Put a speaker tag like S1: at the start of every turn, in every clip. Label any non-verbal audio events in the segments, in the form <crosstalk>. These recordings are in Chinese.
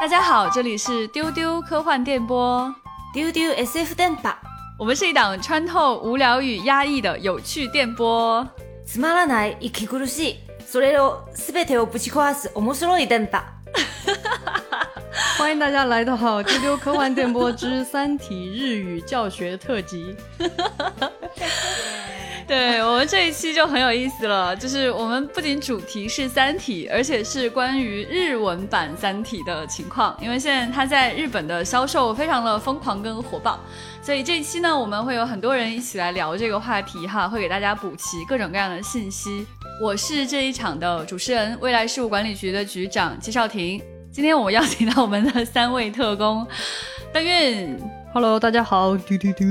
S1: 大家好，这里是丢丢科幻电波，
S2: 丢丢 SF 電波
S1: 我们是一档穿透无聊与压抑的有趣电波。
S2: つまらない息苦しいそれを全てをぶち壊す面白い電波
S3: 欢迎大家来到丢丢科幻电波之《三体》日语教学特辑。
S1: 对我们这一期就很有意思了，就是我们不仅主题是《三体》，而且是关于日文版《三体》的情况，因为现在它在日本的销售非常的疯狂跟火爆，所以这一期呢，我们会有很多人一起来聊这个话题哈，会给大家补齐各种各样的信息。我是这一场的主持人，未来事务管理局的局长季少廷。今天我们邀请到我们的三位特工，邓韵，
S3: Hello，大家好，丢丢丢。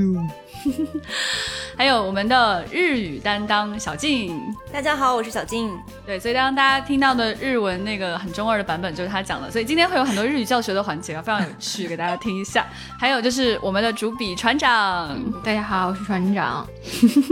S1: 还有我们的日语担当小静。
S2: 大家好，我是小静。
S1: 对，所以当大家听到的日文那个很中二的版本就是他讲的，所以今天会有很多日语教学的环节啊，非常有趣，给大家听一下。 <laughs> 还有就是我们的主笔船长，
S3: 嗯大家好，我是船长。
S1: <laughs>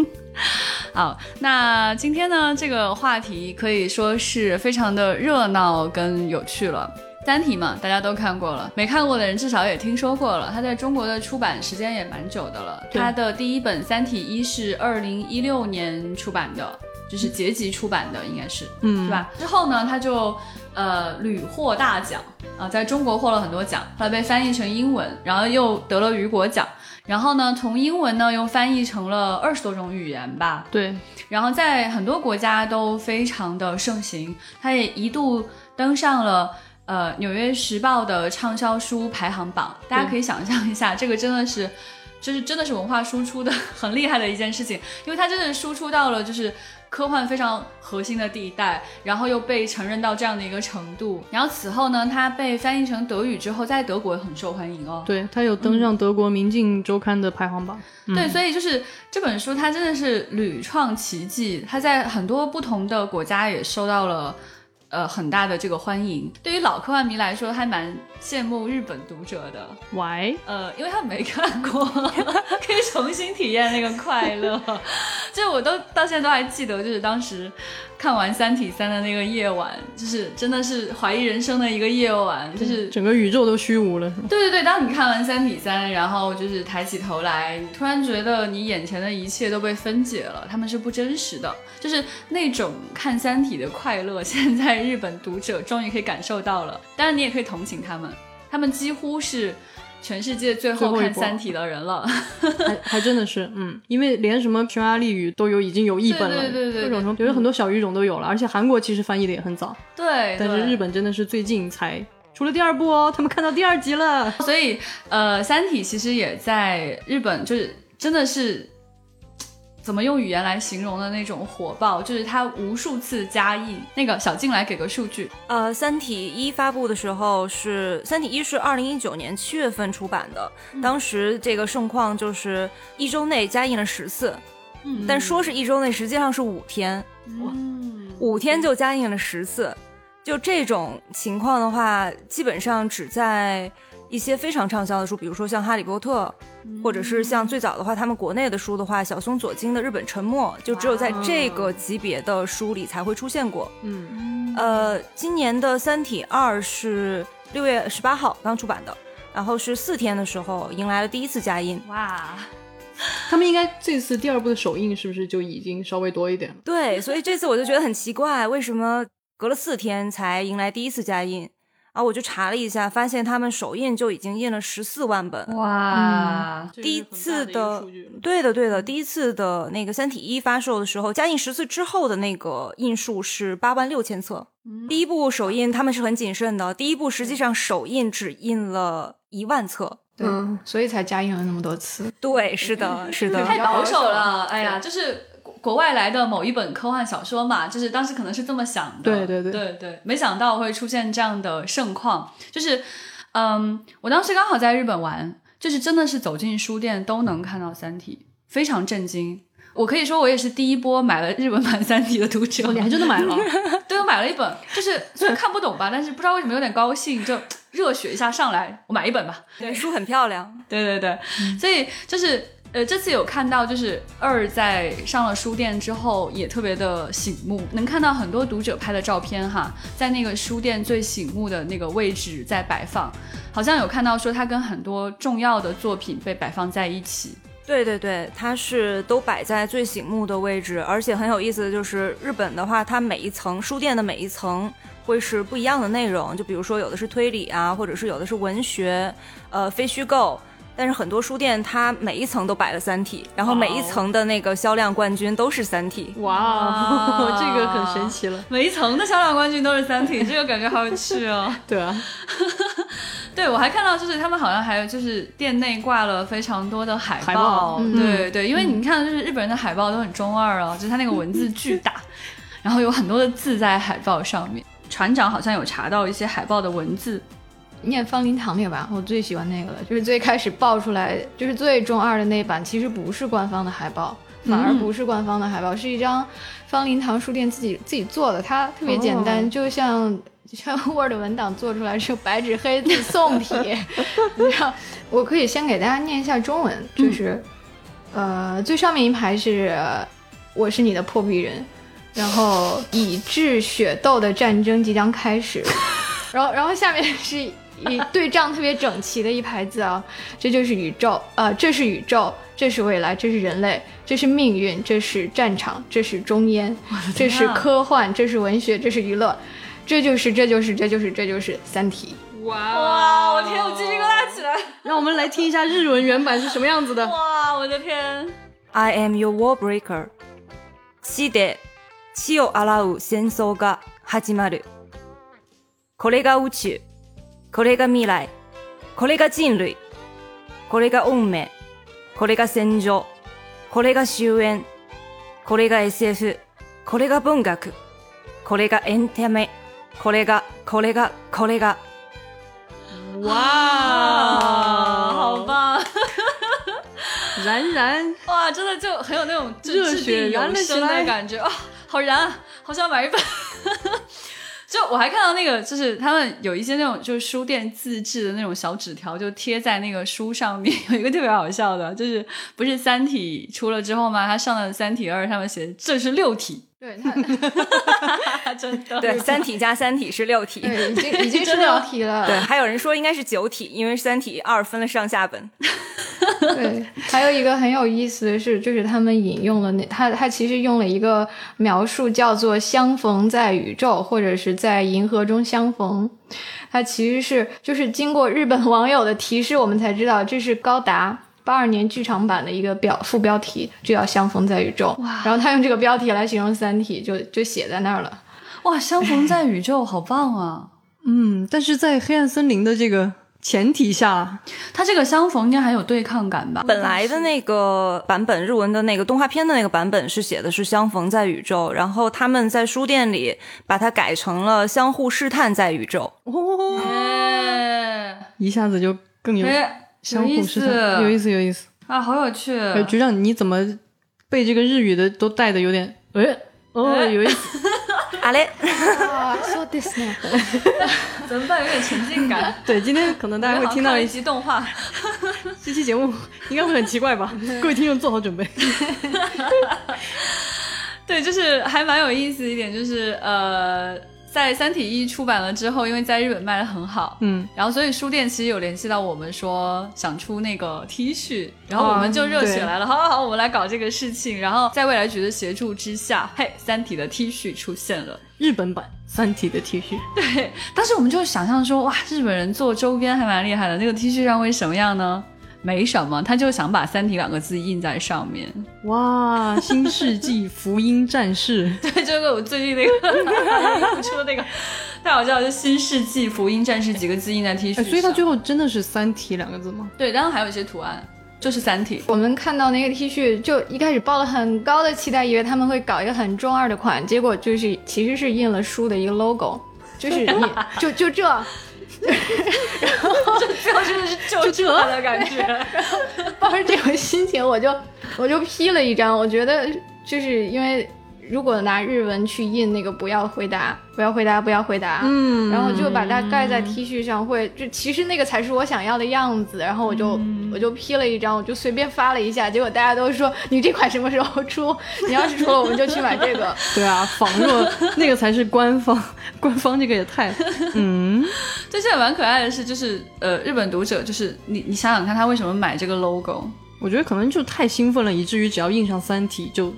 S1: 好，那今天呢，这个话题可以说是非常的热闹跟有趣了。《三体》嘛，大家都看过了，没看过的人至少也听说过了。它在中国的出版时间也蛮久的了。
S3: 对
S1: 它的第一本《三体一》是二零一六年出版的，就是结集出版的，应该是，
S3: 嗯
S1: 是吧？之后呢，它就呃屡获大奖啊、在中国获了很多奖，后来被翻译成英文，然后又得了雨果奖。然后呢，从英文呢又翻译成了二十多种语言吧，
S3: 对，
S1: 然后在很多国家都非常的盛行，它也一度登上了呃《纽约时报》的畅销书排行榜。大家可以想象一下，这个真的是。就是真的是文化输出的很厉害的一件事情，因为它真的输出到了就是科幻非常核心的地带，然后又被承认到这样的一个程度。然后此后呢，它被翻译成德语之后，在德国也很受欢迎哦。
S3: 对他有登上德国《明镜周刊》的排行榜。
S1: 对，所以就是这本书，它真的是屡创奇迹，它在很多不同的国家也受到了呃很大的这个欢迎。对于老科幻迷来说，还蛮羡慕日本读者的，
S3: 喂，
S1: 呃，因为他没看过， <laughs> 可以重新体验那个快乐。 <laughs> 就是我都到现在都还记得，就是当时看完《三体三》的那个夜晚，就是真的是怀疑人生的一个夜晚，就是
S3: 整个宇宙都虚无了，
S1: <laughs>
S3: 是吧
S1: 对对对，当你看完《三体三》，然后就是抬起头来，你突然觉得你眼前的一切都被分解了，他们是不真实的，就是那种看《三体》的快乐，现在日本读者终于可以感受到了。 <laughs> 当然，你也可以同情他们，他们几乎是全世界最
S3: 最
S1: 后
S3: 后一
S1: 看《
S3: 波
S1: 三体》的人了。
S3: 还还真的是，嗯，因为连什么匈牙利语都有，已经有译本了，
S1: 对对对对
S3: 各种什么，有很多小语种都有了，而且韩国其实翻译的也很早，
S1: 对，
S3: 但是
S1: 对
S3: 日本真的是最近才出了第二部哦，他们看到第二集了。
S1: 所以，呃，《三体》其实也在日本，就是真的是怎么用语言来形容的那种火爆，就是它无数次加印。那个小静来给个数据，
S2: 呃，《三体一》发布的时候是《三体一》是二零一九年七月份出版的，当时这个盛况就是一周内加印了十次，
S1: 嗯
S2: 但说是一周内，实际上是五天，五天就加印了十次。就这种情况的话，基本上只在一些非常畅销的书，比如说像《哈利波特》或者是像最早的话，他们国内的书的话，小松左京的《日本沉没》，就只有在这个级别的书里才会出现过。
S3: 嗯，
S2: 呃，今年的《三体二》是六月十八号刚出版的，然后是四天的时候迎来了第一次加印。
S1: 哇，
S3: 他们应该这次第二部的首映是不是就已经稍微多一点了？
S2: 对，所以这次我就觉得很奇怪，为什么隔了四天才迎来第一次加印？啊，我就查了一下，发现他们首印就已经印了十四万本。
S1: 哇，
S3: 嗯
S2: 第一次的
S3: 这是很大的一个数据了嗯
S2: 对的，对的，第一次的那个《三体一》发售的时候，加印十次之后的那个印数是八万六千册。
S3: 嗯
S2: 第一部首印他们是很谨慎的，第一部实际上首印只印了一万册。
S4: 对，
S3: 嗯
S4: 所以才加印了那么多次。
S2: 对，是的，是的，
S1: 太保守
S4: 比较保
S1: 了，哎呀，就是。国国外来的某一本科幻小说嘛，就是当时可能是这么想的，
S3: 对对
S1: 对
S3: 对
S1: 对，没想到会出现这样的盛况。就是，嗯，我当时刚好在日本玩，就是真的是走进书店都能看到《三体》，非常震惊。我可以说我也是第一波买了日文版《三体》的读者，
S3: <laughs> 哦，你还真的买了？
S1: <laughs> 对，我买了一本，就是虽然看不懂吧，但是不知道为什么有点高兴，就热血一下上来，我买一本吧。
S2: 对，书很漂亮。
S1: 嗯对对对，所以就是呃，这次有看到，就是二在上了书店之后也特别的醒目，能看到很多读者拍的照片哈，在那个书店最醒目的那个位置在摆放，好像有看到说它跟很多重要的作品被摆放在一起。
S2: 对对对，它是都摆在最醒目的位置，而且很有意思的就是，日本的话，它每一层书店的每一层会是不一样的内容，就比如说有的是推理啊，或者是有的是文学，呃，非虚构。但是很多书店它每一层都摆了《三体》，然后每一层的那个销量冠军都是《三体》。
S3: 哇
S1: 哇
S3: 哦， <laughs> 这个很神奇了。
S1: 每一层的销量冠军都是《三体》，这个感觉好有趣哦。
S3: 对啊，
S1: <laughs> 对，我还看到就是他们好像还有就是店内挂了非常多的海报，
S3: 海报
S4: 嗯
S1: 对对，因为你看就是日本人的海报都很中二 <laughs> 哦，就是他那个文字巨大，然后有很多的字在海报上面。船长好像有查到一些海报的文字，
S4: 念方林堂那版，我最喜欢那个了，就是最开始爆出来，就是最中二的那版，其实不是官方的海报，反而不是官方的海报，是一张方林堂书店自己自己做的，它特别简单，就像。就像 <laughs> Word 文档做出来是白纸黑字宋体，你知道？我可以先给大家念一下中文，就是，呃，最上面一排是“我是你的破壁人”，然后“以致血斗的战争即将开始”，然后，然后下面是一对仗特别整齐的一排字啊，这就是宇宙，呃，这是宇宙，这是未来，这是人类，这是命运，这是战场，这是中烟，这是科幻，这是文学，这是娱乐，这就是这就是这就是这就是《三体
S1: 哇哇，我哦天，我鸡皮疙瘩起来，
S3: <laughs> 让我们来听一下日文原版是什么样子的。
S1: 哇，我的天，
S2: I am your war breaker。死で血を洗う戦争が始まる。これが宇宙。これが未来。これが人類。これが運命。これが戦場。これが終焉。これが SF。これが文学。これがエンタメ。これが、これが、これが。
S1: 哇，好棒，
S3: 然然，
S1: 哇，真的就很有那种就
S3: 热
S1: 掷地
S3: 血燃
S1: 有
S3: 了起
S1: 声的
S3: 来
S1: 感觉啊、好燃啊，好想买一本。 <laughs> 就我还看到那个，就是他们有一些那种就是书店自制的那种小纸条，就贴在那个书上面。 <laughs> 有一个特别好笑的，就是不是《三体》出了之后嘛，他上了《三体二》，上面写这是六体，》。 <laughs>
S4: 对，它
S1: 真的
S2: 对，三体加三体是六体。
S4: 对已经已 <laughs> 经是
S1: 真的
S4: 六体了。
S2: 对，还有人说应该是九体，因为《三体二》分了上下本。
S4: 对，还有一个很有意思的是，就是他们引用了那他他其实用了一个描述叫做“相逢在宇宙”或者是在银河中相逢，它其实是就是经过日本网友的提示，我们才知道这是高达。八二年剧场版的一个表副标题就叫“相逢在宇宙”，然后他用这个标题来形容《三体》，就就写在那儿了。
S1: 哇，相逢在宇宙，好棒啊！
S3: 嗯，但是在黑暗森林的这个前提下，
S1: 他这个相逢应该还有对抗感吧？
S2: 本来的那个版本，日文的那个动画片的那个版本是写的是相逢在宇宙，然后他们在书店里把它改成了相互试探在宇宙。
S3: 哦，
S1: 哎，
S3: 一下子就更有
S1: 哎，有
S3: 相
S1: 意
S3: 互试探，有意
S1: 思
S3: 思，有意思。
S1: 啊，好有趣。
S3: 哎，局长，你怎么被这个日语的都带的有点哎哦
S1: 哎
S3: 有意思？
S1: <laughs>
S2: 啊嘞，
S4: 啊，so this 呢？
S1: 怎么办？有点沉浸 <laughs> 感。
S3: 对，今天可能大家会听到一
S1: 集动画，
S3: 这期节目 <laughs> 应该会很奇怪吧？各位听众做
S1: <laughs>
S3: 好准备。
S1: <laughs> 对，就是还蛮有意思一点，就是呃，在《三体一》出版了之后，因为在日本卖的很好，
S3: 嗯，
S1: 然后所以书店其实有联系到我们说想出那个 T 恤，然后我们就热血来了，好好好，我们来搞这个事情。然后在未来局的协助之下，嘿，《三体》的 T 恤出现了。
S3: 日本版《三体》的 T 恤，
S1: 对，当时我们就想象说，哇，日本人做周边还蛮厉害的，那个 T 恤上会什么样呢？没什么，他就想把“三体”两个字印在上面。
S3: 哇，新世纪福音
S1: <laughs>
S3: 战士，
S1: 对，就跟我最近那个 <laughs> 出的那个太好笑了，就“新世纪福音战士”几个字印在 T 恤
S3: 哎，
S1: 上。
S3: 所以它最后真的是“三体”两个字吗？
S1: 对，当然还有一些图案，就是《三体
S4: 我们看到那个 T 恤，就一开始抱了很高的期待，以为他们会搞一个很中二的款，结果就是其实是印了书的一个 logo，就是你就就这，”，
S1: 最后真
S3: <laughs>
S1: 的是 <laughs> 就这的感觉。
S4: <laughs> 抱着这种心情，我就我就 P 了一张，我觉得就是因为。如果拿日文去印那个不要回答，不要回答，不要回答，嗯，然后就把它盖在 T 恤上会，就其实那个才是我想要的样子，然后我就、我就 P 了一张，我就随便发了一下，结果大家都说你这款什么时候出？你要是出了，我们就去买这个。
S3: 对啊，仿若那个才是官方， <laughs> 官方这个也太……
S1: 就现在蛮可爱的是，就是呃，日本读者就是你你想想看，他为什么买这个 logo？
S3: 我觉得可能就太兴奋了，以至于只要印上《三体》就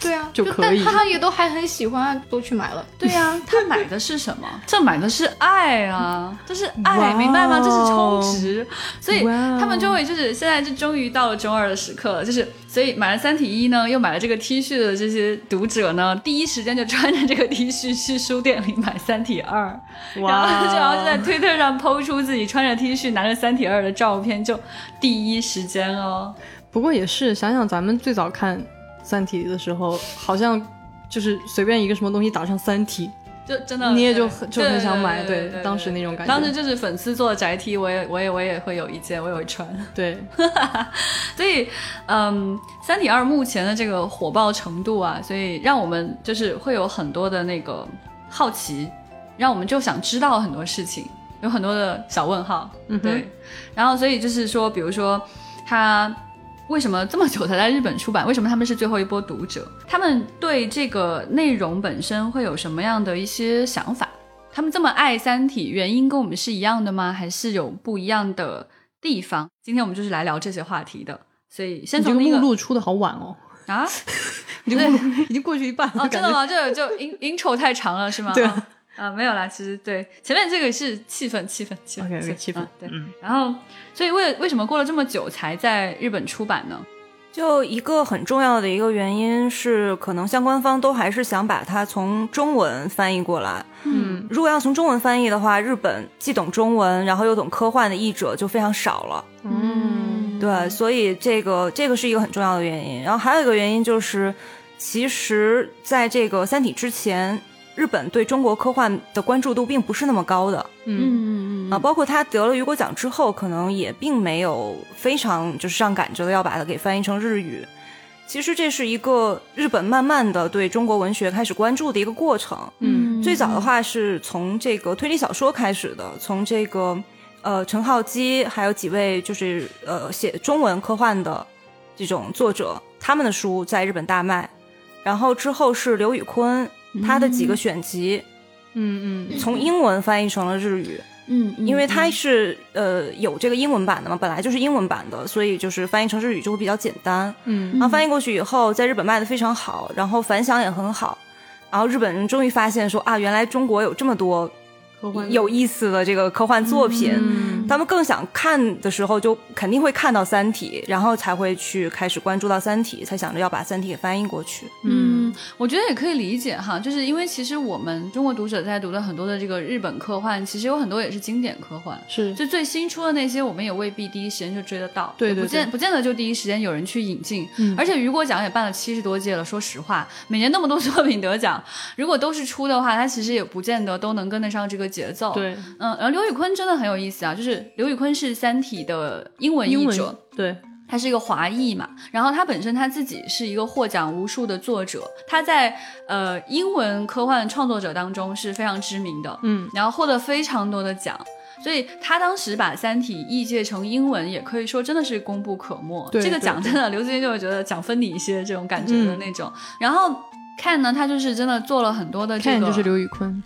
S4: 对啊，
S3: 就可以
S4: 但他也都还很喜欢啊，都去买了。
S1: 对呀、
S3: <laughs>
S1: 他买的是什么？这买的是爱啊，这是
S3: 哇
S1: 爱，
S3: 哦
S1: 明白吗？这是充值，所以
S3: 哇哦
S1: 他们就会就是现在就终于到了中二的时刻了，就是所以买了《三体一》呢，又买了这个 T 恤的这些读者呢， <laughs> 第一时间就穿着这个 T 恤去书店里买《三体二》，
S3: <laughs>
S1: 然后
S3: 哦
S1: 就然后就在推特上抛出自己穿着 T 恤拿着《三体二》的照片，就第一时间哦，
S3: 不过也是，想想咱们最早看《三体》的时候，好像就是随便一个什么东西打上《三体
S1: 就真的
S3: 你也
S1: 对
S3: 就很就很想买
S1: 对
S3: 对当时那种感觉
S1: 当时就是粉丝做的宅 T，我也我也我也会有一件，我也会穿。》，
S3: 对，
S1: 所以，嗯，《三体二》目前的这个火爆程度啊，所以让我们就是会有很多的那个好奇，让我们就想知道很多事情，有很多的小问号。
S3: 嗯哼
S1: 对。然后，所以就是说，比如说他。为什么这么久才在日本出版？为什么他们是最后一波读者？他们对这个内容本身会有什么样的一些想法？他们这么爱《三体》，原因跟我们是一样的吗？还是有不一样的地方？今天我们就是来聊这些话题的。所以先
S3: 你这
S1: 从
S3: 个
S1: 第一
S3: 目
S1: 个
S3: 录出的好晚
S1: <laughs>
S3: 哦， <laughs>
S1: 啊，
S3: 你这个目录已经过去一半了，
S1: 哦，真
S3: 感
S1: 的
S3: 觉
S1: 吗？这就 in intro 太长了是吗？
S3: 对
S1: 啊、啊没有啦，其实对前面这个是气氛，气氛，气氛
S3: OK，OK，气嗯氛
S1: 啊对。然后，所以为为什么过了这么久才在日本出版呢？
S2: 就一个很重要的一个原因是，可能相关方都还是想把它从中文翻译过来。
S3: 嗯，
S2: 如果要从中文翻译的话，日本既懂中文，然后又懂科幻的译者就非常少了。
S3: 嗯，
S2: 对，所以这个这个是一个很重要的原因。然后还有一个原因就是，其实在这个《三体》之前，日本对中国科幻的关注度并不是那么高的。
S3: 嗯，
S1: 嗯
S2: 啊，包括他得了雨果奖之后，可能也并没有非常就是上赶着的要把它给翻译成日语。其实这是一个日本慢慢的对中国文学开始关注的一个过程。
S3: 嗯
S2: 最早的话是从这个推理小说开始的，从这个呃陈浩基还有几位就是呃写中文科幻的这种作者，他们的书在日本大卖。然后之后是刘宇昆
S1: 嗯
S2: 他的几个选集，
S3: 嗯嗯，
S2: 从英文翻译成了日语。
S1: 嗯，
S2: 因为它是呃有这个英文版的嘛，本来就是英文版的，所以就是翻译成日语就会比较简单。
S3: 嗯，
S2: 然后翻译过去以后，在日本卖的非常好，然后反响也很好。然后日本人终于发现说啊，原来中国有这么多
S3: 科幻
S2: 有意思的这个科幻作品，
S3: 嗯
S2: 他们更想看的时候就肯定会看到《三体》，然后才会去开始关注到《三体》，才想着要把《三体》给翻译过去。
S1: 嗯，我觉得也可以理解哈，就是因为其实我们中国读者在读的很多的这个日本科幻，其实有很多也是经典科幻，
S3: 是
S1: 就最新出的那些，我们也未必第一时间就追得到，
S3: 对
S1: 也
S3: 对
S1: 不见
S3: 对
S1: 不见得就第一时间有人去引进。
S3: 嗯
S1: 而且雨果奖也办了七十多届了，说实话，每年那么多作品得奖，如果都是出的话，它其实也不见得都能跟得上这个节奏。，
S3: 对
S1: 嗯，然后刘宇昆真的很有意思啊，就是刘宇昆是《三体》的英文
S3: 英
S1: 译
S3: 文
S1: 者，
S3: 对，
S1: 他是一个华裔嘛，然后他本身他自己是一个获奖无数的作者，他在呃英文科幻创作者当中是非常知名的，
S3: 嗯，
S1: 然后获得非常多的奖，所以他当时把《三体》译介成英文，也可以说真的是功不可没。
S3: 对
S1: 这个
S3: 对
S1: 奖
S3: 对
S1: 真的，刘慈欣就会觉得奖分你一些这种感觉的
S3: 嗯
S1: 那种。然后看呢，他就是真的做了很多的这
S3: 看
S1: 个，
S3: 就是刘宇昆，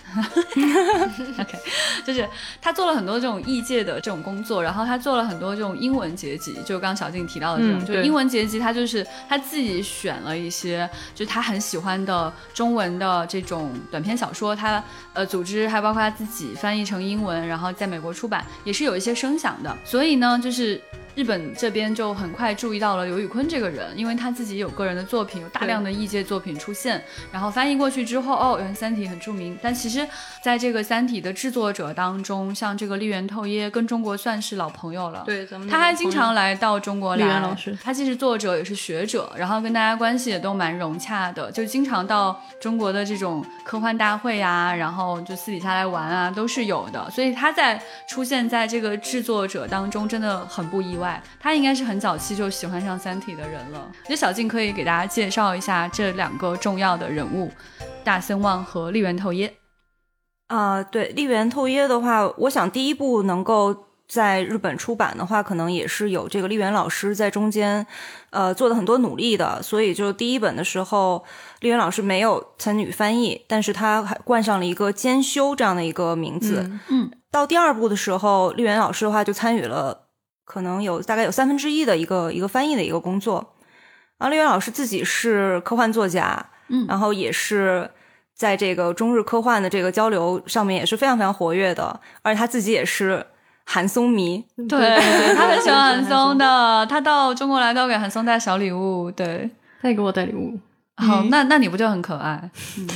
S1: 就是他做了很多这种译界的这种工作，然后他做了很多这种英文结集，就刚小静提到的这种，
S3: 嗯
S1: 就
S3: 对
S1: 是英文结集，他就是他自己选了一些，就是他很喜欢的中文的这种短篇小说，他呃组织还包括他自己翻译成英文，然后在美国出版，也是有一些声响的。所以呢，就是。日本这边就很快注意到了刘宇昆这个人，因为他自己有个人的作品，有大量的译界作品出现，然后翻译过去之后，哦，原来《三体》很著名，但其实在这个《三体》的制作者当中，像这个栗原透耶跟中国算是老朋友了。。
S3: 对，咱们
S1: 他还经常来到中国来，
S3: 栗原老师
S1: 他既是作者也是学者，然后跟大家关系也都蛮融洽的，就经常到中国的这种科幻大会啊，然后就私底下来玩啊，都是有的。所以他在出现在这个制作者当中，真的很不意外，他应该是很早期就喜欢上《三体》的人了。我觉得小静可以给大家介绍一下这两个重要的人物，大森望和笠原透耶。
S2: 啊、对，《笠原透耶》的话，我想第一部能够在日本出版的话，可能也是有这个笠原老师在中间，呃，做了很多努力的。所以就第一本的时候，笠原老师没有参与翻译，但是他还冠上了一个兼修这样的一个名字。
S1: 嗯，
S2: 到第二部的时候，丽媛老师的话就参与了，可能有大概有三分之一的一个一个翻译的一个工作。然后丽媛老师自己是科幻作家，
S1: 嗯
S2: 然后也是在这个中日科幻的这个交流上面也是非常非常活跃的，而且他自己也是韩松迷，
S1: <laughs> 对，他很喜欢韩
S3: 韩
S1: 松
S3: 松
S1: 的，他到中国来都给韩松带小礼物，对。
S3: 他也给我带礼物。
S1: 好，那那你不就很可爱？嗯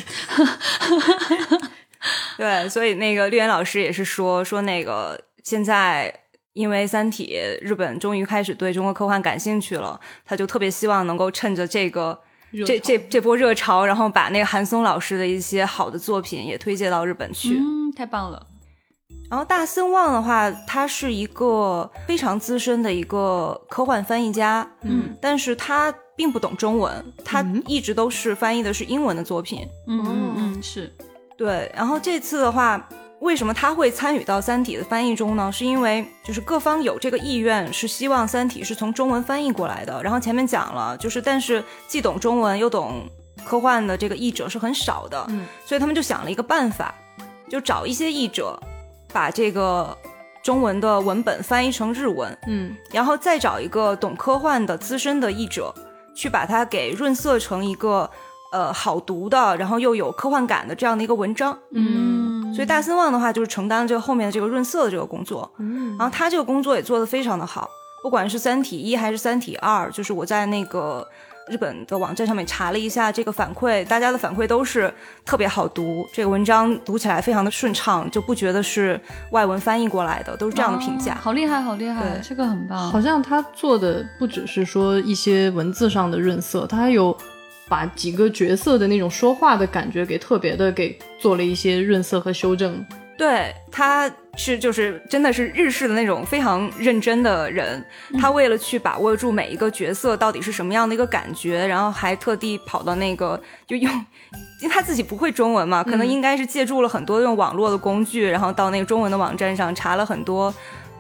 S2: 对，所以那个丽媛老师也是说说那个现在因为《三体》，日本终于开始对中国科幻感兴趣了，他就特别希望能够趁着这个这这这波热潮，然后把那个韩松老师的一些好的作品也推荐到日本去。
S1: 嗯，太棒了。
S2: 然后大森望的话，他是一个非常资深的一个科幻翻译家，
S1: 嗯
S2: 但是他并不懂中文，他一直都是翻译的是英文的作品。
S1: 嗯嗯嗯，是
S2: 对，然后这次的话，为什么他会参与到《三体》的翻译中呢？是因为就是各方有这个意愿，是希望《三体》是从中文翻译过来的。然后前面讲了，就是但是既懂中文又懂科幻的这个译者是很少的，
S3: 嗯
S2: 所以他们就想了一个办法，就找一些译者把这个中文的文本翻译成日文，
S3: 嗯
S2: 然后再找一个懂科幻的资深的译者，去把它给润色成一个呃好读的，然后又有科幻感的这样的一个文章。
S3: 嗯
S2: 所以大森望的话就是承担了这个后面的这个润色的这个工作，
S3: 嗯
S2: 然后他这个工作也做得非常的好，不管是《三体一》还是《三体二》，就是我在那个日本的网站上面查了一下这个反馈，大家的反馈都是特别好读，这个文章读起来非常的顺畅，就不觉得是外文翻译过来的，都是这样的评价
S1: 啊。好厉害，好厉害，
S2: 对
S1: 这个很棒。
S3: 好像他做的不只是说一些文字上的润色，他还有把几个角色的那种说话的感觉给特别的给做了一些润色和修正。
S2: 对，他是就是真的是日式的那种非常认真的人，他为了去把握住每一个角色到底是什么样的一个感觉，然后还特地跑到那个就用，因为他自己不会中文嘛，可能应该是借助了很多用网络的工具，然后到那个中文的网站上查了很多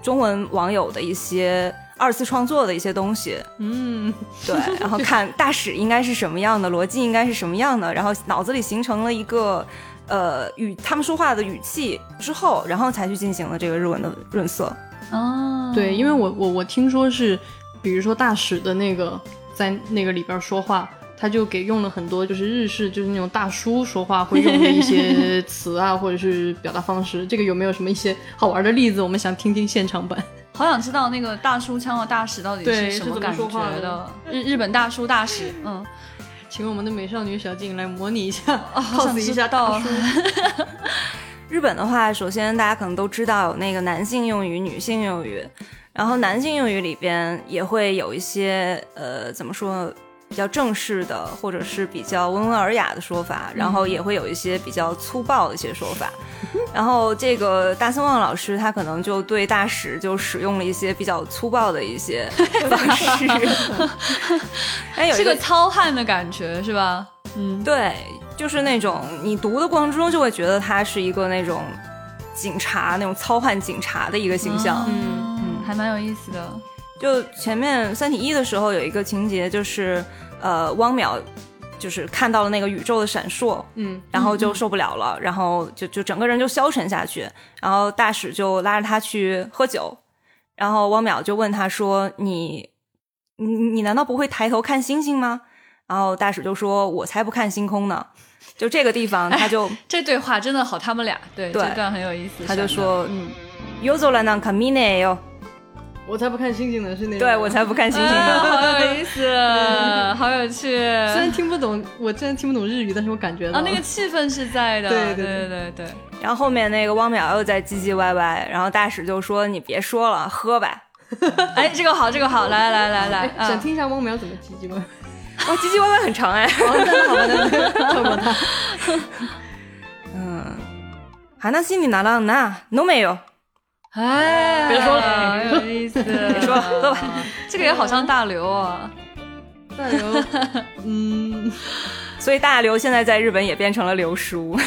S2: 中文网友的一些。二次创作的一些东西，
S3: 嗯，
S2: 对，然后看大使应该是什么样的，逻辑应该是什么样的，然后脑子里形成了一个呃语他们说话的语气之后，然后才去进行了这个日文的润色。
S1: 哦，
S3: 对，因
S1: 为
S3: 为我我我听说是，比如说大使的那个在那个里边说话，他就给用了很多就是日式就是那种大叔说话会用的一些词啊，或者是表达方式。这个有没有什么一些好玩的例子？我们想听听现场版。
S1: 好想知道那个大叔腔和大使到底
S3: 对
S1: 什
S3: 是
S1: 么
S3: 怎么
S1: 感
S3: 说话
S1: 觉
S3: 的
S1: 的。日日本大叔大使，嗯，
S3: 请我们的美少女小静来模拟一下、
S1: 好
S3: p o
S1: 想
S3: s e
S1: 知
S3: 一下
S1: 道
S3: 大
S1: <laughs>
S3: 叔。
S2: 日本的话，首先大家可能都知道有那个男性用语、女性用语，然后男性用语里边也会有一些呃怎么说比较正式的，或者是比较温文尔雅的说法，然后也会有一些比较粗暴的一些说法。然后这个大森望老师他可能就对大使就使用了一些比较粗暴的一些方式，哎，有一
S1: 是个糙汉的感觉是吧？嗯，
S2: 对，就是那种你读的过程之中就会觉得他是一个那种警察那种糙汉警察的一个形象。
S1: 嗯嗯，还蛮有意思的。
S2: 就前面《三体一》的时候有一个情节，就是呃汪淼就是看到了那个宇宙的闪烁，
S3: 嗯，
S2: 然后就受不了了，然后就就整个人就消沉下去。然后大使就拉着他去喝酒，然后汪淼就问他说：“你你你难道不会抬头看星星吗？”然后大使就说：“我才不看星空呢。”就这个地方，
S3: 哎
S2: 他就。
S1: 这对话真的好，他们俩对
S2: 对
S1: 这段很有意思。
S2: 他就
S1: 选的
S2: 说
S1: 嗯，
S2: 有走了呢，卡米内哟。
S3: 我才不看星星呢，是那
S2: 对我才不看星星
S1: 哎
S3: <laughs>
S2: 呢。
S1: <laughs> 好有意思，好有趣。
S3: 虽然听不懂，我真的听不懂日语，但是我感觉到
S1: 啊，那个气氛是在的，
S3: 哦对
S1: 对
S3: 对对
S1: 对对
S2: 然后后面那个汪淼又在唧唧歪歪，然后大使就说：“你别说了，喝吧。
S1: 哎，这个好，这个好，来来来来来，
S3: 哎想
S1: 啊
S3: 听一下汪淼怎么唧唧吗？”
S2: <laughs> 哇，唧唧歪歪很长哎。
S3: 好哦的，好的，跳
S2: <laughs>
S3: 过他。
S2: 啊嗯，話にならんな、飲めよ。
S1: 哎，
S2: 别说了
S1: 有意思，别
S2: 说了喝吧。
S1: 这个也好像大刘啊，
S3: 大刘，嗯，
S2: 所以大刘现在在日本也变成了刘叔， <laughs>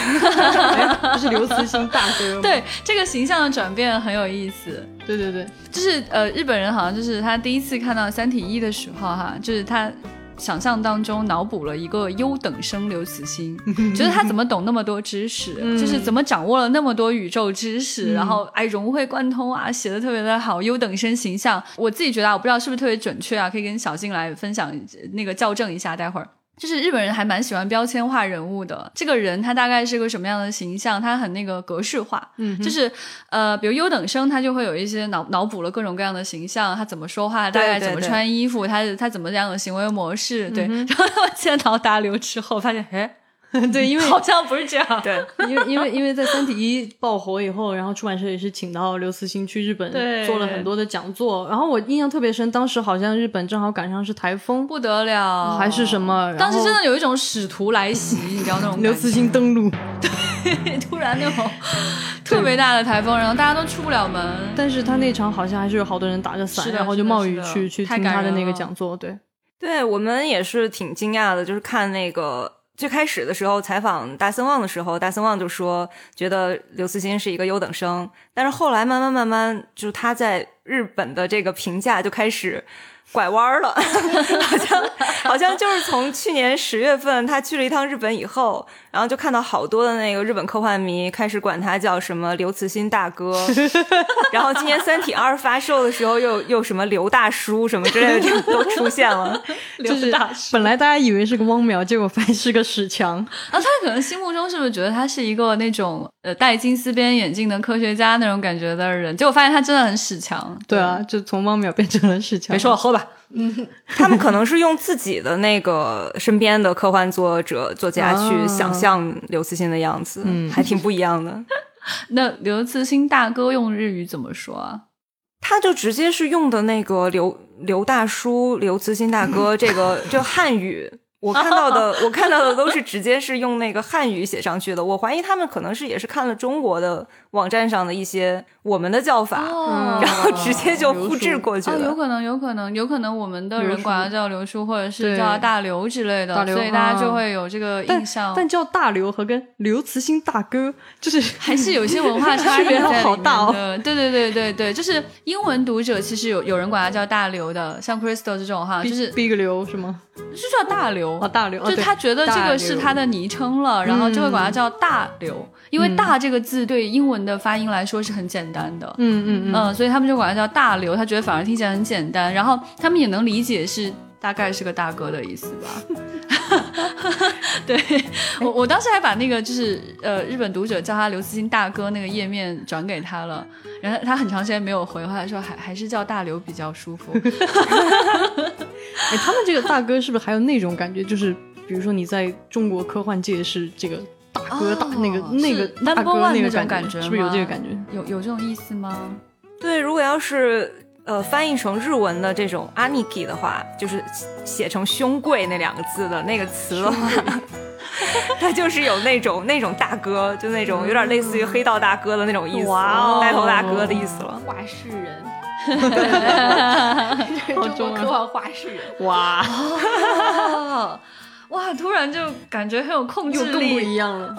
S3: 哎这是刘慈欣大 <laughs> 哥。
S1: 对这个形象的转变很有意思。
S3: 对对对，
S1: 就是呃，日本人好像就是他第一次看到《三体一》的时候哈，就是他想象当中脑补了一个优等生刘慈欣，觉得他怎么懂那么多知识，就是怎么掌握了那么多宇宙知识，然后哎融会贯通啊，写的特别的好，优等生形象。我自己觉得啊，我不知道是不是特别准确啊，可以跟小静来分享那个校正一下，待会儿。就是日本人还蛮喜欢标签化人物的。这个人他大概是个什么样的形象？他很那个格式化，嗯，就是呃，比如优等生，他就会有一些脑脑补了各种各样的形象，他怎么说话，大
S2: 对
S1: 概
S2: 对
S1: 怎么
S2: 对
S1: 穿衣服，他他怎么样的行为模式，对。然后他们见到大刘之后，发现哎， <laughs>
S3: 对，因为
S1: 好像不是这样，
S2: 对，
S3: 因为因为因为在《三体一》爆火以后，然后出版社也是请到刘慈欣去日本
S1: 对
S3: 做了很多的讲座，然后我印象特别深，当时好像日本正好赶上是台风
S1: 不得了，
S3: 哦还是什么，
S1: 当时真
S3: 的
S1: 的有一种使徒来袭，你知道那种感觉
S3: 刘慈欣登陆，
S1: 突然那种特别大的台风，然后大家都出不了门，
S3: 但是他那场好像还是有好多人打着伞
S1: 是，的
S3: 然后
S1: 是
S3: 就
S1: 的
S3: 冒
S1: 是
S3: 雨
S1: 的
S3: 去去
S1: 太
S3: 听
S1: 感
S3: 他的
S1: 人
S3: 那个
S1: 了
S3: 讲座，对，
S2: 对我们也是挺惊讶的，就是看那个最开始的时候采访大森望的时候，大森望就说觉得刘慈欣是一个优等生，但是后来慢慢慢慢，就是他在日本的这个评价就开始。拐弯儿了， <laughs> 好像好像就是从去年十月份他去了一趟日本以后，然后就看到好多的那个日本科幻迷开始管他叫什么刘慈欣大哥，然后今年《三体二》发售的时候又又什么刘大叔什么之类的都都出现了。
S1: 刘
S3: 就是
S1: 大叔。
S3: 本来大家以为是个汪淼，结果发现是个史 <laughs> 强，
S1: 然后他可能心目中是不是觉得他是一个那种呃戴金丝边眼镜的科学家那种感觉的人？结果发现他真的很史强。
S3: 对啊，就从汪淼变成了史强。
S1: 没说了，喝吧。
S2: 他们可能是用自己的那个身边的科幻作者作家去想象刘慈欣的样子，
S3: 嗯
S2: 还挺不一样的。
S1: 那刘慈欣大哥用日语怎么说啊？
S2: 他就直接是用的那个刘刘大叔、刘慈欣大
S1: <laughs>
S2: 哥这个就汉语。我看到的，我看到的都是直接是用那个汉语写上去的。我怀疑他们可能是也是看了中国的网站上的一些我们的叫法，
S3: 嗯
S1: 哦
S2: 然后直接就复制过去
S1: 哦，
S2: 了。
S1: 有可能，有可能，有可能我们的
S3: 刘
S1: 人
S3: 叔
S1: 管他叫刘叔，或者是
S3: 对
S1: 叫他大刘之类的
S3: 大，刘
S1: 所以大家
S3: 啊
S1: 就会有这个
S3: 但
S1: 印象。
S3: 但叫大刘和跟刘慈欣大哥，就是
S1: 还是有一些
S3: <laughs>
S1: 文化差异
S3: 区别
S1: 在里
S3: 好
S1: 面
S3: 大哦
S1: 的。对对对对对，就是英文读者其实有有人管他叫大刘的，像 Crystal 这种哈，就
S3: Big
S1: 是
S3: Big 刘是吗？
S1: 就叫大刘
S3: 哦，大刘，哦
S1: 就
S3: 对
S1: 他觉得这
S3: 大
S1: 个
S3: 刘嗯
S1: 是他的昵称了，然后就会管他叫大刘，因为“大”这个字对英文的发音来说是很简单的，
S3: 嗯嗯嗯，
S1: 嗯，所以他们就管他叫大刘，他觉得反而听起来很简单，然后他们也能理解是。大概是个大哥的意思吧， <laughs> 对我我当时还把那个就是呃日本读者叫他刘慈欣大哥那个页面转给他了，然后他很长时间没有回，后来说还还是叫大刘比较舒服，
S3: 哎，他们这个大哥是不是还有那种感觉？就是比如说你在中国科幻界是这个大哥
S1: 哦
S3: 大那个那个
S1: 是
S3: 大
S1: number one
S3: 哥那
S1: 那
S3: 个
S1: 种
S3: 感
S1: 感觉
S3: 是不是有这个
S1: 吗
S3: 感觉？
S1: 有有这种意思吗？ <laughs>
S2: 对，如果要是呃翻译成日文的这种 “aniki” 的话，就是写成“兄贵”那两个字的那个词的话， <laughs> 它就是有那种那种大哥，就那种有点类似于黑道大哥的那种意思，
S3: 嗯哇哦
S2: 呆头大哥的意思了。
S4: 画事人，
S3: 好
S4: 中国
S3: 中啊
S4: 科幻画事人，
S3: 哇，
S1: 哦，哇！突然就感觉很有控
S3: 又
S1: 制
S3: 更不
S1: 力
S3: 一样
S4: <laughs>
S3: 了。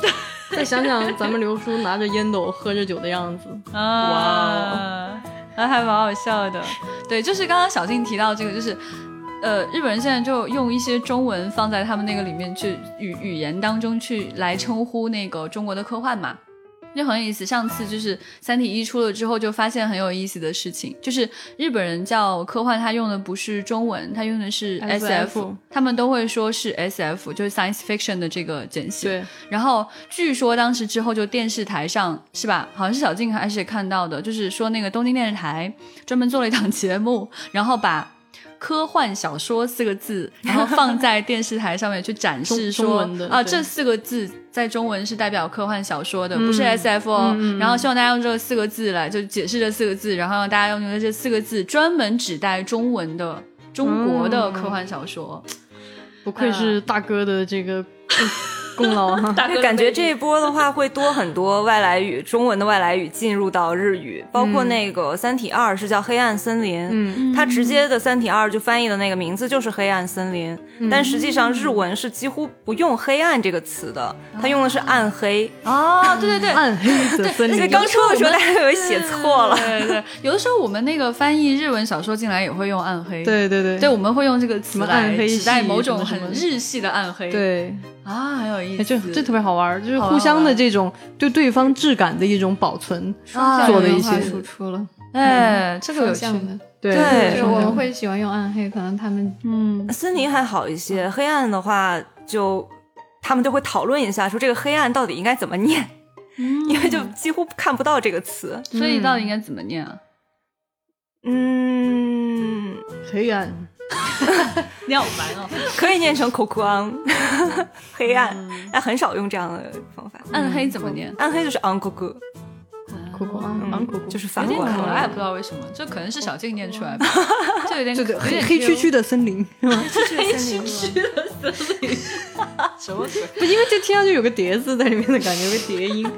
S3: 再想想咱们刘叔拿着烟斗喝着酒的样子，
S1: 啊！哇，还蛮好笑的。对，就是刚刚小静提到这个，就是。呃，日本人现在就用一些中文放在他们那个里面去语语言当中去来称呼那个中国的科幻嘛，就很有意思。上次就是《三体》一出了之后，就发现很有意思的事情，就是日本人叫科幻，他用的不是中文，他用的是 S
S3: SF
S1: F，他们都会说是 S F，就是 science fiction 的这个简写。
S3: 对，
S1: 然后据说当时之后就电视台上是吧？好像是小静还是看到的，就是说那个东京电视台专门做了一档节目，然后把。科幻小说四个字，然后放在电视台上面去展示
S3: 中中
S1: 说
S3: 文的
S1: 啊，
S3: 对
S1: 这四个字在中文是代表科幻小说的，不是
S3: 嗯
S1: S F 哦。
S3: 嗯嗯
S1: 然后希望大家用这四个字来就解释这四个字，然后让大家用这四个字专门指代中文的
S3: 哦
S1: 中国的科幻小说。
S3: 啊不愧是大哥的这个嗯功劳哈。
S1: 大哥的
S2: 感觉
S1: 魅力
S2: 这一波的话会多很多外来语，中文的外来语进入到日语，包括那个《三体二》是叫《黑暗森林》，
S3: 嗯
S2: 它直接的《三体二》就翻译的那个名字就是《黑暗森林》，
S3: 嗯
S2: 但实际上日文是几乎不用“黑暗”这个词的，它用的是“暗黑
S1: 哦，对对对，
S3: 暗黑的森”。
S2: 所以
S3: 林，
S2: 刚出的时候大家以为写错了。
S1: 对对对，有的时候我们那个翻译日文小说进来也会用暗黑，
S3: 对对对
S1: 对，我们会用这个词
S3: 么
S1: 来
S3: 暗黑
S1: 指代
S3: 系
S1: 某
S3: 什么
S1: 种
S3: 什
S1: 很
S3: 么
S1: 日系的暗黑，
S3: 对，
S1: 啊，很有意思，
S3: 哎这这特别好玩儿，就是
S1: 好玩
S3: 互相
S1: 好
S3: 的
S1: 玩
S3: 这种对对方质感的一种保存。
S1: 啊
S3: 做的一
S4: 文化
S3: 些嗯
S4: 输出了，
S1: 哎，这个有
S4: 双
S1: 趣，
S4: 向的。
S3: 对
S2: 对
S4: 就是我们会喜欢用暗黑，可能他们
S1: 嗯，
S2: 森林还好一些，黑暗的话就他们就会讨论一下，说这个黑暗到底应该怎么念，
S1: 嗯
S2: 因为就几乎看不到这个词。
S3: 嗯
S1: 所以到底应该怎么念啊？
S2: 嗯，
S3: 黑暗，
S1: 你好烦哦，
S2: 可以念成啊 c o c o a n <laughs> 黑暗，但很少用这样的方法。
S1: 暗黑怎么
S3: 嗯
S1: 念？
S2: 暗黑就是 u n c o g
S3: 酷酷啊，
S2: 嗯
S3: 昂酷酷，
S2: 就是
S1: 有
S2: 反
S1: 点
S2: 过来
S1: 可爱，
S2: 了。
S1: 不知道为什么，这可能是小静念出
S3: <laughs>
S1: 来吧，这有点
S3: 这个
S1: 有
S3: 黑
S1: 点
S3: 黑黢
S1: Q
S3: 黢的森林，是吧？
S1: 黑黢黢的森林，什么鬼？
S3: <laughs> 不，因为就听上去有个叠字在里面的感觉，有个叠音。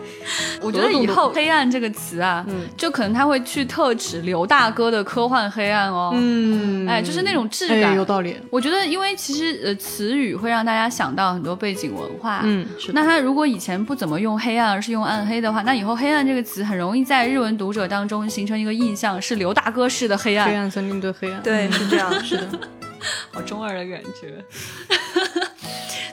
S1: 我觉得以后“黑暗”这个词啊，
S3: 嗯
S1: 就可能他会去特指刘大哥的科幻黑暗哦。
S3: 嗯
S1: 哎，就是那种质
S3: 哎，
S1: 感。
S3: 有道理。
S1: 我觉得，因为其实呃，词语会让大家想到很多背景文化。，
S3: 嗯，是的。
S1: 那他如果以前不怎么用黑暗，而是用暗黑的话，那以后“黑暗”这个词很容易在日文读者当中形成一个印象，是刘大哥式的黑暗。
S3: <laughs> 黑暗森林对黑啊暗，
S2: 对，
S3: 嗯
S2: 是这样。
S3: <laughs> 是的，
S1: 好中二的感觉。 <laughs>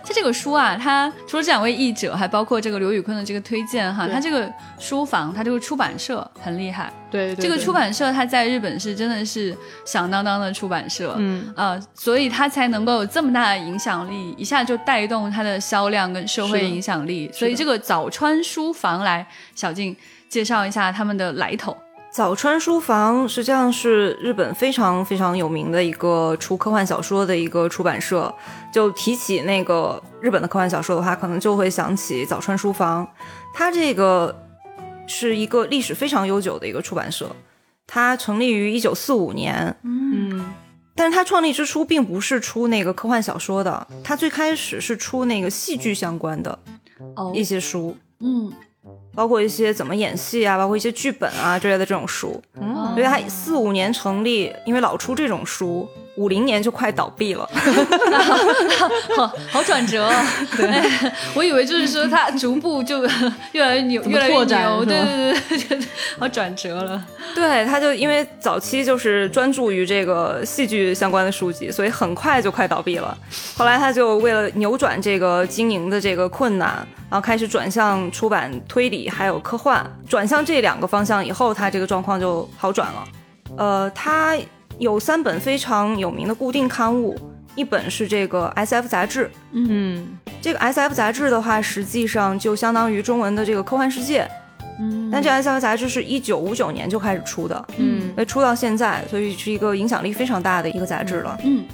S1: 他这个书啊，他除了这两位译者，还包括这个刘宇昆的这个推荐哈，
S3: 对
S1: 他这个书房，他这个出版社很厉害。
S3: 对对。
S1: 这个
S3: 对
S1: 出，版社，它在日本是真的是响当当的出版社，
S3: 嗯，
S1: 呃，所以它才能够有这么大的影响力，一下就带动它的销量跟社会
S3: 是的
S1: 影响力。所以
S3: 是的
S1: 这个早川书房来，小静介绍一下他们的来头。
S2: <laughs> 早川书房实际上是日本非常非常有名的一个出科幻小说的一个出版社。就提起那个日本的科幻小说的话，可能就会想起早川书房。它这个是一个历史非常悠久的一个出版社，它成立于一九四五年。
S3: 嗯，
S2: 但是它创立之初并不是出那个科幻小说的，它最开始是出那个戏剧相关的
S1: 哦
S2: 一些书。
S1: 嗯，
S2: 包括一些怎么演戏啊，包括一些剧本啊之类的这种书。
S1: 哦
S2: 所以它四五年成立，因为老出这种书，五零年就快倒闭了。
S1: <laughs> 好好转折、
S3: <laughs>
S1: 哦，对， <laughs> 我以为就是说它逐步就 <laughs> 越来越牛，
S3: 么
S1: 越来越
S3: 拓展
S1: 牛，
S3: 是
S1: 对
S3: 吧
S1: 对对对 <laughs> 对，好转折了，
S2: 对，它就因为早期就是专注于这个戏剧相关的书籍，所以很快就快倒闭了。后来他就为了扭转这个经营的这个困难，然后开始转向出版推理还有科幻，转向这两个方向以后，他这个状况就好转了。呃，他有三本非常有名的固定刊物，一本是这个 S.F 杂志，
S3: 嗯，
S2: 这个 S F 杂志的话，实际上就相当于中文的这个科幻世界。嗯，但这 S F 杂志是一九五九年就开始出的，
S3: 嗯，
S2: 呃，出到现在，所以是一个影响力非常大的一个杂志了。
S1: 嗯。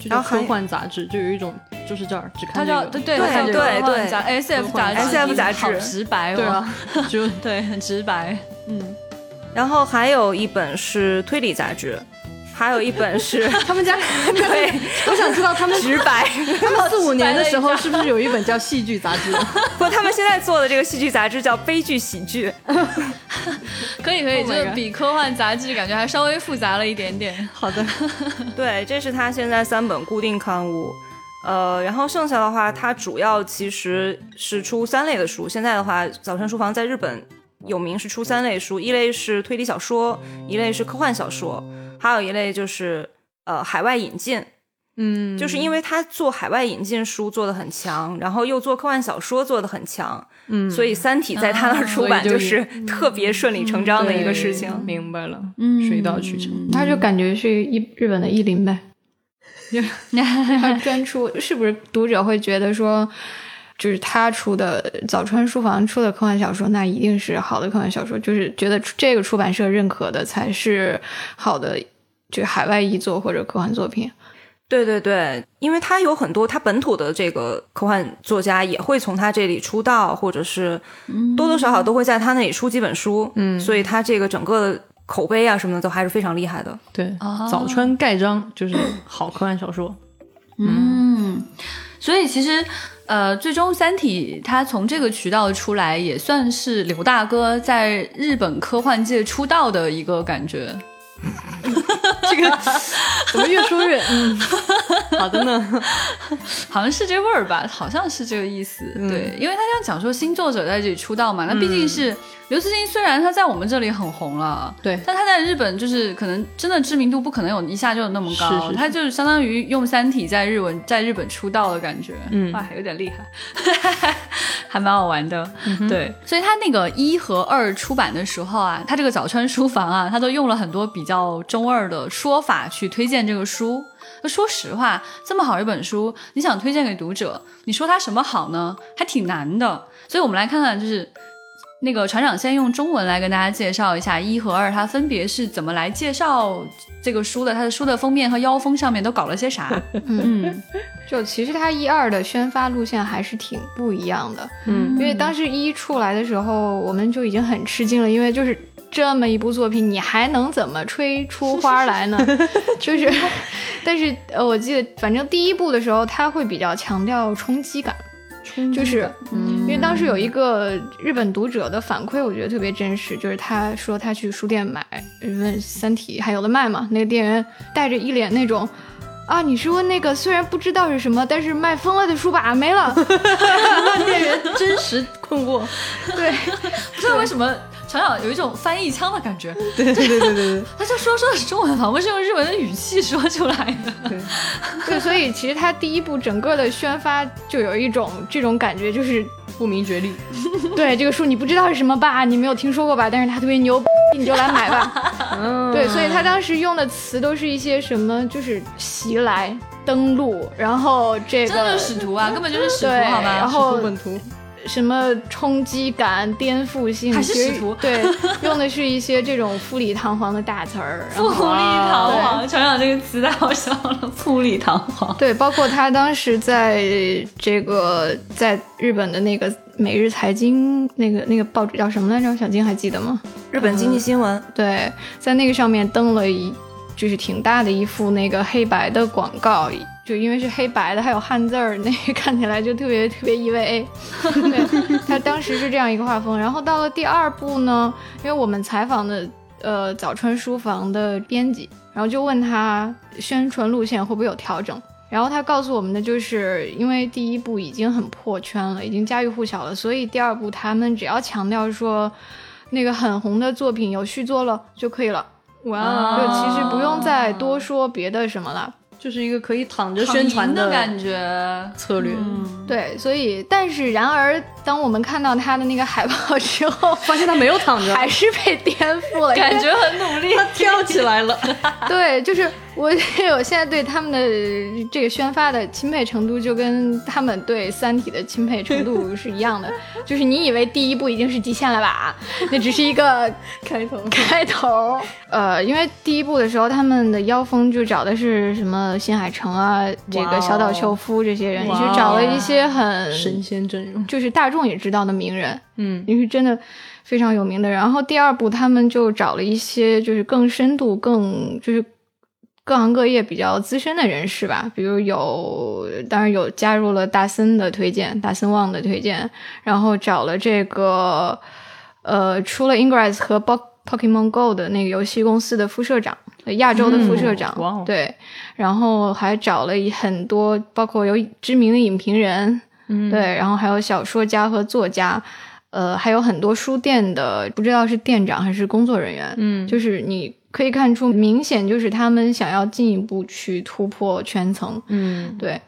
S3: 就
S2: 然后
S3: 叫
S2: 还
S3: 科幻杂志，就有一种就是这儿只
S1: 它
S3: 看
S1: 叫
S3: 这
S1: 对对
S3: 个，
S2: 对
S1: 它叫
S2: 对
S1: 科幻
S2: 对
S1: 杂 S F
S3: 科
S1: 杂
S3: 幻
S1: 志
S2: SF 杂
S1: 好
S2: 志
S1: 直白
S3: 对
S1: 哦，
S3: 啊，嗯只 <laughs> 有
S1: 对，很直白。
S2: 然后还有一本是推理杂志，还有一本是 <laughs>
S3: 他们 <laughs> 家
S2: 对
S3: 我想知道他们
S2: 直白。
S3: 他们四五年的时候是不是有一本叫戏剧杂志？
S2: 不过他们现在做的这个戏剧杂志叫悲剧喜剧，
S1: 可以可以，
S3: Oh
S1: 就
S3: my
S1: 是
S3: god
S1: 比科幻杂志感觉还稍微复杂了一点点。
S3: 好
S1: <laughs>
S3: 的，
S2: 对，这是他现在三本固定刊物。呃，然后剩下的话，它主要其实是出三类的书。现在的话，早晨书房在日本有名是出三类书，一类是推理小说，一类是科幻小说，还有一类就是呃海外引进。
S3: <laughs> 嗯，
S2: 就是因为他做海外引进书做的很强，然后又做科幻小说做的很强，
S3: 嗯啊
S2: 所以《三体》在他那儿出版
S3: 所以
S2: 就
S3: 就嗯
S2: 是 <laughs> 特别顺理成章的一个
S3: 对
S2: 事情。
S3: 明白了，
S1: 嗯
S3: 水到渠成。
S4: 他就感觉是一日本的译林呗， <laughs> 他专出是不是读者会觉得说，就是他出的早川书房出的科幻小说，那一定是好的科幻小说，就是觉得这个出版社认可的才是好的，就是海外译作或者科幻作品。
S2: 对对对，因为他有很多他本土的这个科幻作家也会从他这里出道，或者是
S3: 嗯
S2: 多多少少都会在他那里出几本书，嗯，所以他这个整个的口碑啊什么的都还是非常厉害的。
S3: 对
S1: 哦，
S3: 早 <laughs> 川盖章就是好科幻小说。
S1: 嗯，所以其实呃，最终《三体》它从这个渠道出来，也算是刘大哥在日本科幻界出道的一个感觉。
S3: 这个怎么越说越嗯，好的呢？
S1: <laughs> 好像是这味儿吧，好像是这个意思。
S3: 嗯
S1: 对，因为他这样讲说新作者在这里出道嘛，那毕竟是、刘慈欣，虽然他在我们这里很红了，
S3: 对
S1: 但他在日本就是可能真的知名度不可能有一下就那么高，
S3: 是是是
S1: 他就是相当于用《三体》在日文在日本出道的感觉，
S3: 嗯
S1: 哇，有点厉害， <laughs> 还蛮好玩的。
S3: 嗯
S1: 对，所以他那个一和二出版的时候啊，他这个早川书房啊，他都用了很多比较中二的说法去推荐这个书。那说实话，这么好一本书，你想推荐给读者，你说它什么好呢？还挺难的。所以我们来看看，就是那个船长先用中文来跟大家介绍一下一和二，它分别是怎么来介绍这个书的，它的书的封面和腰封上面都搞了些啥？嗯
S4: 就其实它一二的宣发路线还是挺不一样的，
S3: 嗯
S4: 因为当时一出来的时候，我们就已经很吃惊了，因为就是这么一部作品，你还能怎么吹出花来呢？ <laughs> 就是，但是呃，我记得反正第一部的时候，它会比较强调冲击感，就是因为当时有一个日本读者的反馈，我觉得特别真实，就是他说他去书店买呃问《三体》还有的卖嘛，那个店员带着一脸那种。啊，你是问那个虽然不知道是什么，但是卖疯了的书吧，没了。
S3: 店员 <laughs> 真实困惑，
S4: 对，
S1: 不知道为什么船长有一种翻译腔的感觉，
S3: 对对对对对
S1: 他就说说的是中文，仿佛是用日文的语气说出来的。
S3: 对，
S4: 对，所以其实他第一部整个的宣发就有一种这种感觉，就是
S3: 不明觉厉，
S4: 对这个书你不知道是什么吧，你没有听说过吧，但是它特别牛，你就来买吧。
S3: 嗯，
S4: 对，所以他当时用的词都是一些什么，就是袭来、登陆，然后这
S1: 真的
S4: 个
S1: 就是使徒啊，根本就是使
S4: 对
S1: 徒，好
S4: 然
S1: 吗？
S4: 后
S3: 图本图，
S4: 什么冲击感、颠覆性，
S1: 还是
S4: 其实
S1: 使徒 <laughs>
S4: 对，用的是一些这种富丽堂皇的大词儿，然
S1: 富
S4: 后
S1: 丽堂皇，
S4: 皇
S1: 船长这个词太好笑了，富丽堂皇。
S4: 对，包括他当时在这个在日本的那个《每日财经》那个那个报纸叫什么来着？小金还记得吗？
S2: 日本经济新闻，
S4: 对，在那个上面登了一就是挺大的一幅那个黑白的广告，就因为是黑白的，还有汉字儿，那个看起来就特别特别 EVA。对，他当时是这样一个画风。然后到了第二部呢，因为我们采访的呃早川书房的编辑，然后就问他宣传路线会不会有调整。然后他告诉我们的就是，因为第一部已经很破圈了，已经家喻户晓了，所以第二部他们只要强调说，那个很红的作品有续作了就可以了，
S3: 哇，
S4: 就
S1: 哦
S4: 其实不用再多说别的什么了。
S3: 就是一个可以躺着宣传
S1: 躺赢的感
S3: 的嗯
S1: 觉，
S3: 策略，
S4: 对，所以但是然而，当我们看到他的那个海报之后，
S3: 发现他没有躺着，
S4: 还是被颠覆了，因为
S1: 感觉很努力。
S3: 跳起来 <laughs> 了，
S4: <laughs> 对，就是我我现在对他们的这个宣发的钦佩程度，就跟他们对《三体》的钦佩
S3: <laughs>
S4: 程度是一样的。就是你以为第一部已经是极限了吧？那只是一
S3: <laughs>
S4: 个开头，开头。呃，因为第一部的时候，他们的妖风就找的是什么新海诚啊，这
S3: 哇哦
S4: 个小岛秀夫这些人，
S3: 哇哦
S4: 就找了一些
S3: 神
S4: 很
S3: 仙阵容，
S4: 就是大众也知道的名人。
S3: 嗯，
S4: 也是真的非常有名的。然后第二部他们就找了一些就是更深度、更就是各行各业比较资深的人士吧，比如有当然有加入了大森的推荐，大森旺的推荐，然后找了这个呃出了 Ingress 和 Po- Pokemon Go 的那个游戏公司的副社长。亚洲的副社长，
S3: 嗯哇哦
S4: 对，然后还找了一很多，包括有知名的影评人，
S3: 嗯
S4: 对，然后还有小说家和作家，呃，还有很多书店的，不知道是店长还是工作人员，
S3: 嗯，
S4: 就是你可以看出，明显就是他们想要进一步去突破圈层。
S3: 嗯，
S4: 对，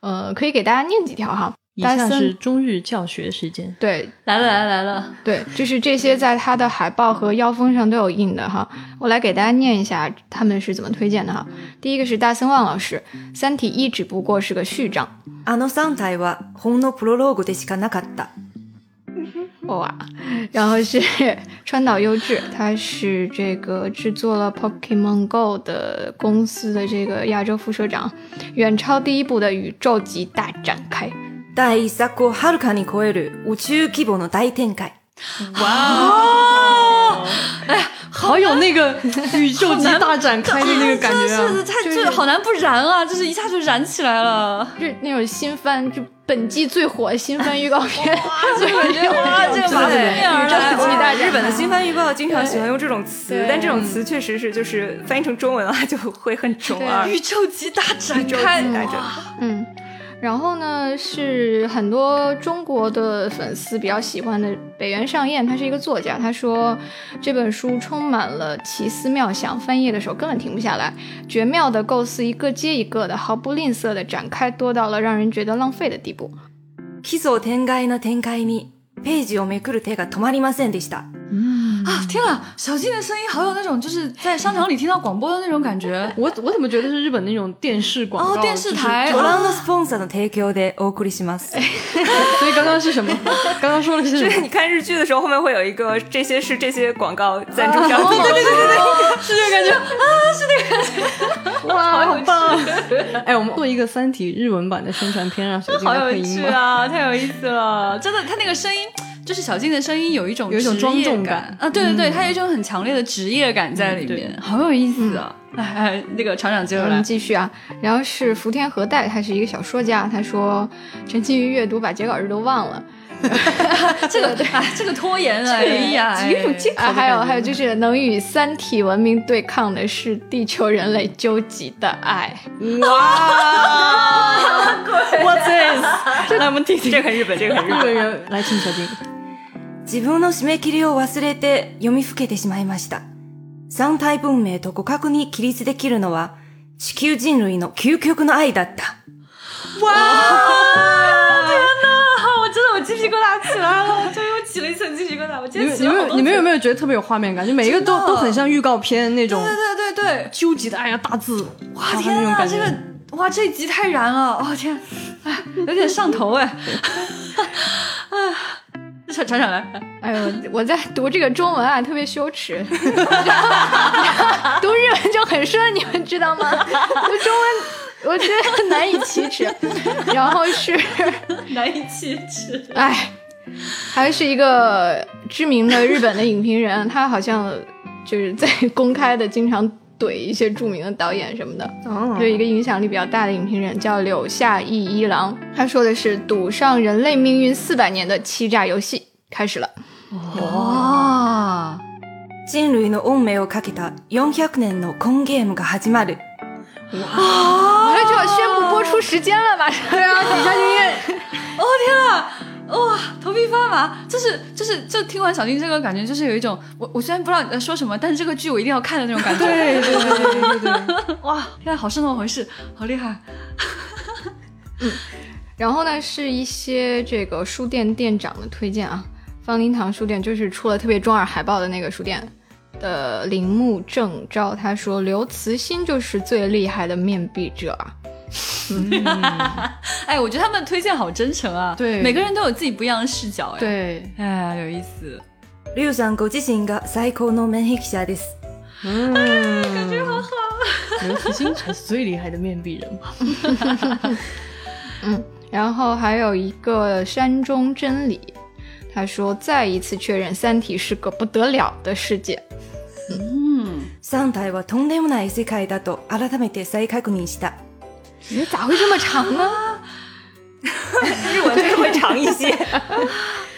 S4: 呃，可以给大家念几条哈。
S3: 以
S4: 大
S3: 下是
S4: 森
S3: 中日教学时 <laughs> 间，
S4: 对
S1: <laughs> 来了来了来了，
S4: 对，就是这些在它的海报和腰封上都有印的哈。我来给大家念一下他们是怎么推荐的哈。第一个是大森望老师，《三体一》只不过是个序章。
S2: あの3体はほんのプロローグでしかなかった。
S4: 哇，啊然后是 <laughs> 川岛优治，他是这个制作了 Pokemon Go 的公司的这个亚洲副社长，远超第一部的宇宙级大展开。
S2: 第一作をはるかに超える宇宙規模の大展開。
S1: 哇哦！
S3: 好有那个宇宙级大展开的那个感 <laughs> 觉
S1: 真是
S3: 啊！
S1: 太这好难不燃啊！就是一下就燃起来了，
S4: 就是那种新番，就本季最火的新番预告片，
S1: 就感觉
S2: 啊哦
S1: 哇，这个马
S2: 对
S1: 面啊而来，
S4: 宇宙级
S1: 哇
S4: 大
S2: 日本的新番预报经常喜欢用这种词
S4: 对，
S2: 但这种词确实是就是翻译成中文啊，就会很啊中二。 <laughs>
S1: 宇宙级大展
S2: 宇宙级
S1: 开，
S2: 大展开
S1: 哇
S4: 嗯，然后呢是很多中国的粉丝比较喜欢的北原上彦，他是一个作家，他说这本书充满了奇思妙想，翻页的时候根本停不下来，绝妙的构思一个接一个的，毫不吝啬的展开，多到了让人觉得浪费的地步。
S2: キスを展開の展開にページをめくる手が止まりませんで <laughs> した。
S1: 啊！天啊，小静的声音好有那种就是在商场里听到广播的那种感觉。
S3: 我我怎么觉得是日本那种电视广告？
S1: 哦，电视
S3: 就是
S1: 台
S2: ご
S1: 啊
S2: 覧のスポンサーの提供でお送りします。
S3: 所以刚刚是 <laughs> 什么？刚刚说的是
S2: 就
S3: 什
S2: <laughs> 是
S3: 么？
S2: 你看日剧的时候，后面会有一个这些是这些广告赞助商品。
S3: 哇，啊好棒！ <laughs> 哎，我们做一个《三体》日文版的宣传片，让小金
S1: 好
S3: 来
S1: 有
S3: 配音
S1: 趣
S3: 吧。
S1: 啊，太有意思了！真的，他那个声音，就是小静的声音，有一种
S3: 有一种
S1: 职业
S3: 庄重
S1: 感
S3: 感嗯
S1: 啊，对对对，他有一种很强烈的职业感在里面，好有意思啊！
S3: 嗯
S1: 哎哎，那个厂长接着
S4: 我
S1: 来
S4: 们，继续啊，然后是福田和代，他是一个小说家，他说沉浸于阅读，把截稿日都忘了。
S1: 这个对，哎这个拖延，哎呀，
S3: 呃有一种
S1: 哎
S3: 借口
S4: 啊，
S3: 的
S4: 还有
S3: 感觉
S4: 还有就是能与三体文明对抗的是地球人类究极的爱。
S3: What's this？来，我们听听
S2: 这个很日本，这个很日
S3: 日
S2: 本。
S3: 本人来，请小金。
S2: 自分の締め切りを忘れて読みふけてしまいました。三体文明と互角に起立できるのは地球人類の究極の愛だった。
S1: 啊，我真的我鸡皮疙瘩起来了，我终于起了一层鸡皮疙瘩，我今
S3: 你
S1: 天
S3: 们
S1: 起
S3: 你
S1: 了好多
S3: 们你们有
S1: 层
S3: 没有觉得特别有画面感？就每一个都
S1: 真的
S3: 都很像预告片那种
S1: 对对对对，
S3: 纠结的哎呀大字，哇
S1: 哇
S3: 那
S1: 天
S3: 种
S1: 啊，
S3: 感
S1: 这
S3: 觉。
S1: 个哇这一集太燃了，哇、天，哎，有点上头哎， <laughs> 哎，厂厂长来。
S4: 哎呦，我在读这个中文啊，特别羞耻， <laughs> 读日文就很顺，你们知道吗？读中文我觉得难以启齿。然后是，
S1: 难以启齿。
S4: 哎，还是一个知名的日本的影评人，他好像就是在公开的经常怼一些著名的导演什么 <laughs> 的。
S3: 哦
S4: 有一个影响力比较大的影评人叫柳下义一郎，他说的是赌上人类命运四百年的欺诈游戏开始了。
S1: 哇，
S2: 人類の運命をかけた400年の根ゲームが始まる。
S4: 马上就要宣布播出时间了，马上。哦对啊，底下就念。
S1: 哦天啊！哇，头皮发麻，就是就是，就听完小静这个感觉，就是有一种我我虽然不知道你在说什么，但是这个剧我一定要看的那种感觉。
S3: 对对对对对对，
S1: 哇，天啊，好是那么回事，好厉害！
S4: 然后呢，是一些这个书店店长的推荐啊，方林堂书店就是出了特别中二海报的那个书店的铃木正昭，他说刘慈欣就是最厉害的面壁者啊。
S1: 哎，我觉得他们推荐好真诚啊，
S3: 对
S1: 每个人都有自己不一样的视角，哎，，
S3: 对，
S1: 哎，有意思，
S2: リュウさんご自身が最高の免疫者です。
S3: 嗯，感觉好好。嗯刘慈欣才是最厉害的面壁人吧？
S4: 然后还有一个山中真理，他说再一次确认《三体》是个不得了的世界。
S1: 嗯，
S2: 三体はとんでもない世界だと改めて再確認した。
S4: 你说咋会这么长
S3: <laughs>
S4: 呢？
S2: 日文这个会长一
S3: <laughs>
S2: 些。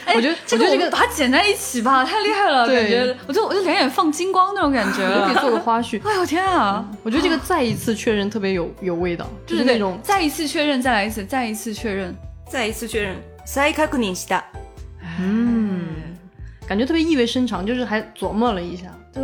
S1: 哎，
S3: 我觉得
S1: 这
S3: 我觉得这
S1: 们
S3: 个
S1: 把它剪在一起吧，太厉害了，
S3: 对
S1: 感觉，我就我就两眼放金光那种感觉
S3: <laughs> 可以
S1: 了。
S3: 做个花絮。
S1: 哎呦天啊！
S3: 我觉得这个再一次确认特别有有味道，就是那种
S1: 再一次确认，再来一次，再一次确认。
S2: 再一次确认。再確認した。
S3: 嗯，感觉特别意味深长，就是还琢磨了一下，
S1: 对，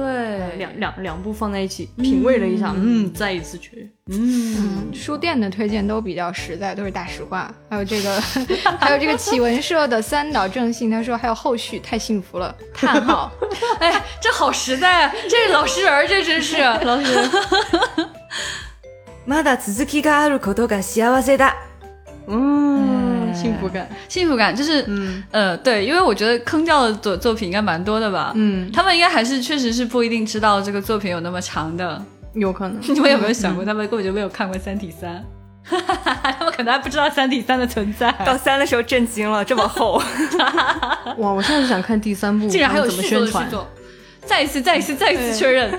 S3: 两两两部放在一起品味了一下，嗯，再一次确认。
S1: 嗯，
S4: 嗯，书店的推荐都比较实在，都是大实话。还有这个， <laughs> 还有这个启文社的三岛正信，他说还有后续，太幸福了！叹号，
S1: 哎，这好实在，啊，这老实人儿，这真 <laughs> 是。
S3: 老师，
S2: まだ続きがあることが幸せ <laughs> だ。
S3: 嗯，幸
S1: 哎
S3: 福感，
S1: 幸福感就是，
S3: 嗯
S1: 呃，对，因为我觉得坑掉的作作品应该蛮多的吧。
S3: 嗯，
S1: 他们应该还是确实是不一定知道这个作品有那么长的。 <laughs>
S3: 有可能。
S1: 你们有没有想过，他们根本就没有看过《三体三》， <laughs> 他们可能还不知道《三体三》的存在。
S2: 到三的时候 <laughs> 震惊了，这么厚。
S3: 哇，我现在就想看第三
S1: <laughs>
S3: 部，
S1: 竟然还有
S3: 他们怎么
S1: 续作
S3: 宣
S1: 的续
S3: 传？
S1: 作。再一次、再一次、再一次确认。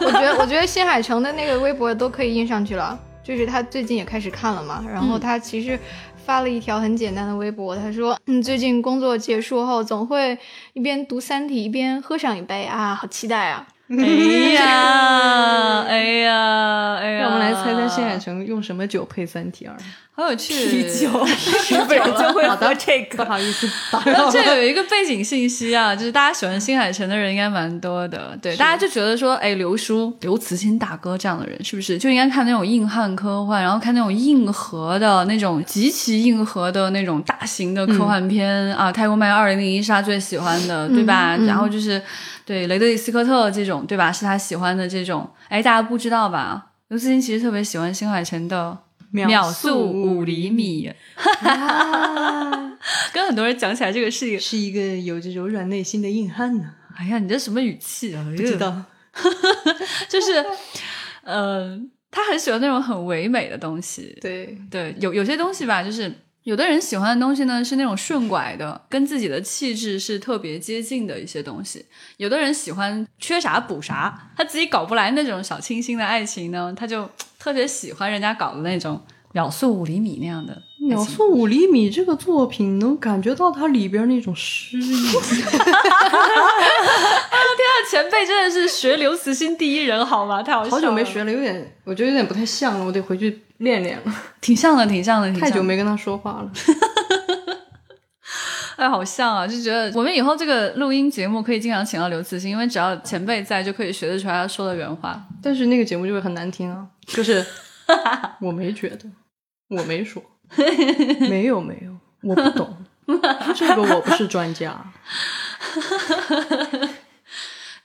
S4: 我觉得，我觉得新海诚的那个微博都可以印上去了，就是他最近也开始看了嘛。然
S1: 嗯
S4: 后他其实发了一条很简单的微博，他说：“嗯，最近工作结束后，总会一边读《三体》一边喝上一杯啊，好期待啊！”
S1: 哎呀，哎呀，哎呀！
S3: 让我们来猜猜新海诚用什么酒配
S1: <laughs>
S3: 三体二？
S1: 好有趣。
S2: 啤
S1: <laughs>
S2: 酒，日本人就会喝这
S3: 不
S2: 个。
S3: 好 <laughs> 意思，打
S1: 然
S3: 扰
S1: 后
S3: 了。
S1: 这有一个背景信息啊，就是大家喜欢新海诚的人应该蛮多的，对，大家就觉得说，哎，刘叔、刘慈欣大哥这样的人是不是就应该看那种硬汉科幻，然后看那种硬核的那种极其硬核的那种大型的科幻片、啊，《太空漫游二零零一》是他最喜欢的，对吧？然后就是对雷德利·斯科特这种，对吧？是他喜欢的这种，哎，大家不知道吧？刘慈欣其实特别喜欢新海诚的《秒速五厘米》
S3: 啊
S1: 跟很多人讲起来这个事情，
S3: 是一个有着柔软内心的硬汉呢，
S1: 哎呀，你这什么语气啊？不
S3: 不知，道。
S1: 就是，呃，他很喜欢那种很唯美的东西。
S3: 对，
S1: 对，有有些东西吧，就是有的人喜欢的东西呢是那种顺拐的，跟自己的气质是特别接近的一些东西；有的人喜欢缺啥补啥，他自己搞不来那种小清新的爱情呢，他就特别喜欢人家搞的那种秒速五厘米那样的。
S3: 《秒速五厘米》这个作品，能感觉到它里边那种诗意。
S1: 那前辈真的是学刘慈欣第一人，好吗？太好笑了，
S3: 好久没，学了，有点，我觉得有点不太像了，我得回去练练了。
S1: 挺像的，挺像的，挺像的
S3: 太久没跟他说话了。
S1: 哎，好像啊，就觉得我们以后这个录音节目可以经常请到刘慈欣，因为只要前辈在，就可以学得出来他说的原话。
S3: 但是那个节目就会很难听
S1: <laughs>
S3: 啊，就是我没觉得，我
S1: <laughs>
S3: 没说，没有没有，我不懂，这个我不是专
S1: <laughs>
S3: 家。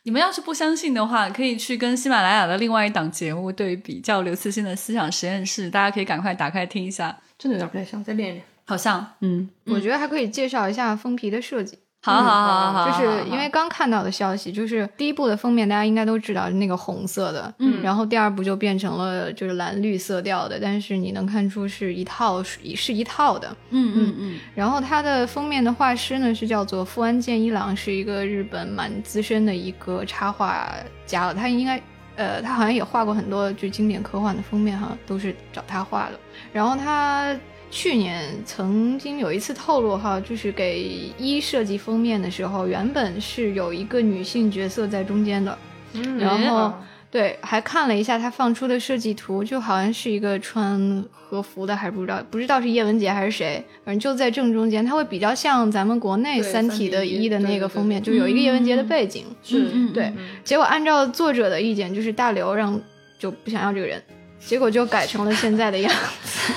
S1: 你们要是不相信的话，可以去跟喜马拉雅的另外一档节目对比，叫刘慈欣的思想实验室，大家可以赶快打开听一下。
S3: 真的有点不太像，再练练。
S1: 好像，嗯，
S4: 我觉得还可以介绍一下封皮的设计。
S1: 好好好好好，
S4: 就是
S1: 啊
S4: 因为刚看到的消息，就是第一部的封面大家应该都知道那个红色的，
S1: 嗯
S4: 然后第二部就变成了就是蓝绿色调的，但是你能看出是一套是一是一套的。
S1: 嗯嗯嗯，
S4: 然后它的封面的画师呢是叫做富安健一郎，是一个日本蛮资深的一个插画家了，他应该。呃，他好像也画过很多就经典科幻的封面，好像都是找他画的。然后他去年曾经有一次透露哈，就是给一设计封面的时候，原本是有一个女性角色在中间的，
S1: 嗯
S4: 然后对，还看了一下他放出的设计图，就好像是一个穿和服的，还不知道不知道是叶文洁还是谁，反正就在正中间，它会比较像咱们国内《
S3: 对
S4: 三
S3: 三
S4: 体》
S3: 体
S4: 的
S3: 一
S4: 一的
S3: 对
S4: 那
S3: 对
S4: 个
S3: 对
S4: 封面，就有一个叶文洁的背景。
S3: 是
S1: 嗯
S4: 对，结果按照作者的意见，就是大刘让就不想要这个人，结果就改成了现在的样
S3: <laughs>
S4: 子，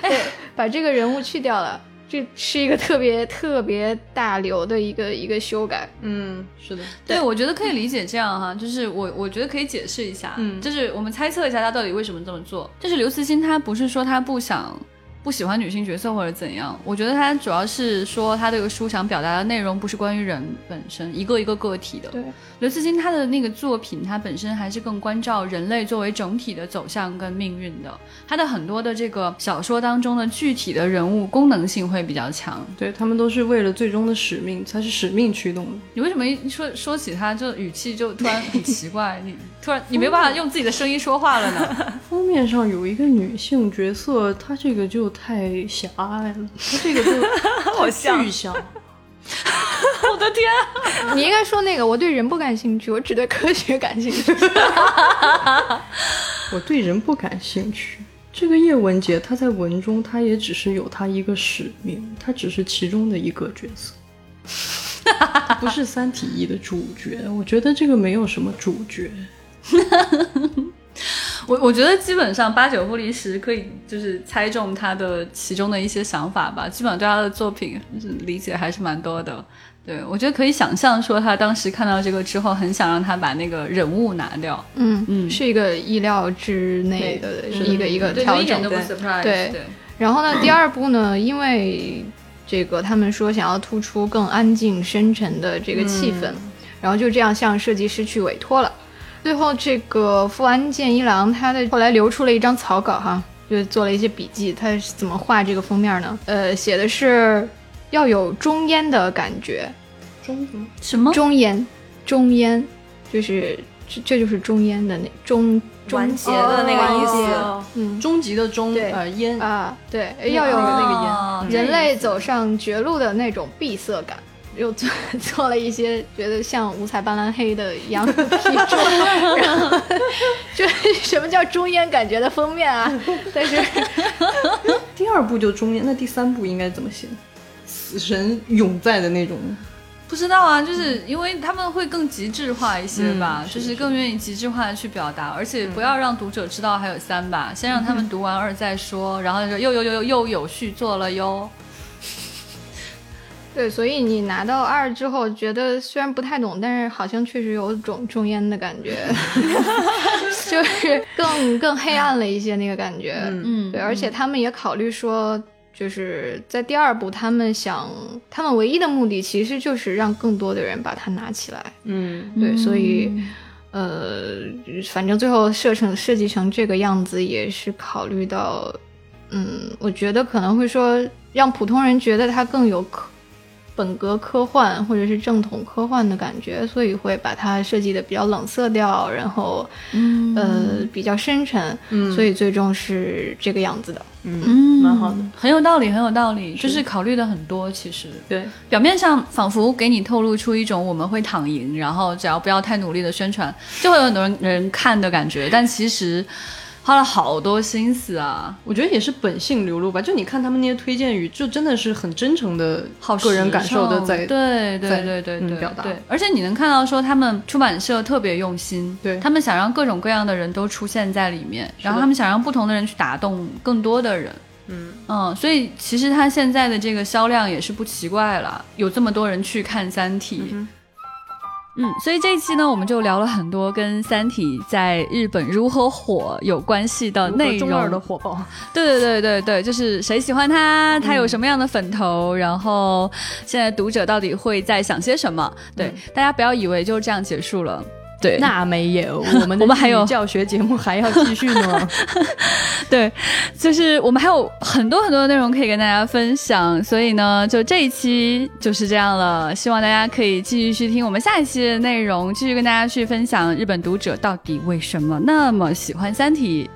S4: 对，把这个人物去掉了。这是一个特别特别大刘的一个一个修改，
S3: 嗯，是的，
S1: 对，嗯我觉得可以理解这样哈，就是我我觉得可以解释一下，
S3: 嗯
S1: 就是我们猜测一下他到底为什么这么做。就是刘慈欣他不是说他不想不喜欢女性角色或者怎样，我觉得他主要是说他这个书想表达的内容不是关于人本身一个一个个体的，
S4: 对，
S1: 刘慈欣他的那个作品，他本身还是更关照人类作为整体的走向跟命运的。他的很多的这个小说当中的具体的人物功能性会比较强。
S3: 对他们都是为了最终的使命，才是使命驱动的。
S1: 你为什么一说说起他，就语气就突然很奇怪？ <laughs> 你突然你没办法用自己的声音说话了呢？
S3: 封面上有一个女性角色，她这个就太狭隘了，她
S1: <laughs>
S3: 这个就
S2: 好
S3: 太
S2: 像
S3: 具象。
S1: <laughs> 我的天！啊
S4: 你应该说那个，我对人不感兴趣，我只对科学感兴趣。
S3: 我对人不感兴趣。这个叶文洁，她在文中，她也只是有她一个使命，她只是其中的一个角色，她不是《三体一》的主角。我觉得这个没有什么主角，
S1: 我我觉得基本上八九不离十，可以就是猜中他的其中的一些想法吧。基本上对他的作品就是理解还是蛮多的。对我觉得可以想象说，他当时看到这个之后，很想让他把那个人物拿掉。
S4: 嗯
S1: 嗯
S4: 是一个意料之内的一个一个
S1: 对，
S4: 调
S1: 一
S4: 整
S1: 点。都不
S2: 对
S1: surprise
S4: 对
S1: 对，
S4: 然后呢，第二步呢，因为这个他们说想要突出更安静深沉的这个气
S1: 嗯
S4: 氛，然后就这样向设计师去委托了。最后，这个富安健一郎他的后来留出了一张草稿哈，就做了一些笔记，他是怎么画这个封面呢？呃，写的是要有中烟的感觉，
S3: 中什么
S1: 什么
S4: 中烟中烟，就是这这就是中烟的那中中
S2: 完结的那个意思。
S1: 哦
S4: 嗯
S3: 终极的终，
S4: 对
S3: 呃，烟，
S4: 啊，对，要有
S3: 那个
S1: 哦
S4: 人类走上绝路的那种闭塞感，又做 <laughs> 做了一些觉得像五彩斑斓黑的
S3: <laughs>
S4: 羊皮中，然后就 <laughs> 什么叫中烟感觉的封面啊？但
S3: <laughs>
S4: 是
S3: 第二部就中烟，那第三部应该怎么写？死神永在的那种，
S1: 不知道啊，就是因为他们会更极致化一些吧，
S3: 嗯是嗯
S1: 就是更愿意极致化的去表达，而且不要让读者知道还有三吧，先让他们读完二再说，然后就又又又又又有续作了哟。
S4: 对，所以你拿到二之后，觉得虽然不太懂，但是好像确实有种中烟的感觉， <laughs> 就是更更黑暗了一些那个感觉。
S3: 嗯，
S1: 嗯
S4: 对，而且他们也考虑说，就是在第二部，他们想，他们唯一的目的其实就是让更多的人把它拿起来。
S3: 嗯，
S4: 对，所以，呃，反正最后设成设计成这个样子，也是考虑到，嗯，我觉得可能会说，让普通人觉得它更有科本格科幻或者是正统科幻的感觉，所以会把它设计的比较冷色调，然后，
S1: 嗯
S4: 呃，比较深沉，
S3: 嗯
S4: 所以最终是这个样子的。
S1: 嗯，
S3: 蛮好的，
S1: 很有道理，很有道理，就是考虑的很多，其实。
S3: 对，
S1: 表面上仿佛给你透露出一种我们会躺赢，然后只要不要太努力的宣传，就会有很多人人看的感觉，但其实花了好多心思啊。
S3: 我觉得也是本性流露吧。就你看他们那些推荐语，就真的是很真诚的
S1: 好
S3: 个人
S1: 时
S3: 感受的
S1: 尚
S3: 在
S1: 对对
S3: 在
S1: 对对
S3: 嗯
S1: 对
S3: 表达
S1: 对，而且你能看到说他们出版社特别用心，
S3: 对
S1: 他们想让各种各样的人都出现在里面，然后
S3: 的
S1: 他们想让不同的人去打动更多的人。
S3: 嗯
S1: 嗯，所以其实它现在的这个销量也是不奇怪了，有这么多人去看《三体》
S3: 嗯
S1: 嗯，所以这一期呢，我们就聊了很多跟《三体》在日本如何火有关系的
S3: 如何
S1: 内容。
S3: 中二的火爆，
S1: 对对对对对，就是谁喜欢他，他有什么样的粉头，然后现在读者到底会在想些什么？对，大家不要以为就这样结束了。对，
S3: 那没有，我
S1: <laughs>
S3: 们的
S1: 我们还有
S3: 日语教学节目还要继续呢。
S1: 对，就是我们还有很多很多的内容可以跟大家分享，所以呢，就这一期就是这样了。希望大家可以继续去听我们下一期的内容，继续跟大家去分享日本读者到底为什么那么喜欢《三体》。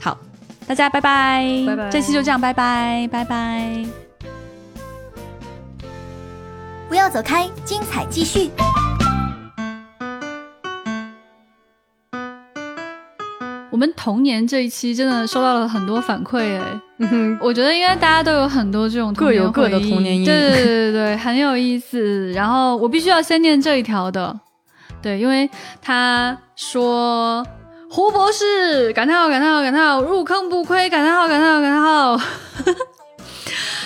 S1: 好，大家拜拜，
S3: 拜拜
S1: 这期就这样，拜拜，拜拜。
S5: 不要走开，精彩继续。
S1: 我们童年这一期真的收到了很多反馈，哎，
S3: 嗯哼
S1: 我觉得应该大家都有很多这种童年
S3: 各有各的
S1: 回忆
S3: 童年阴影
S1: 对对对对对，很有意思。然后我必须要先念这一条的，对，因为他说胡博士感叹号感叹号感叹号入坑不亏感叹号感叹号感叹号。 <laughs>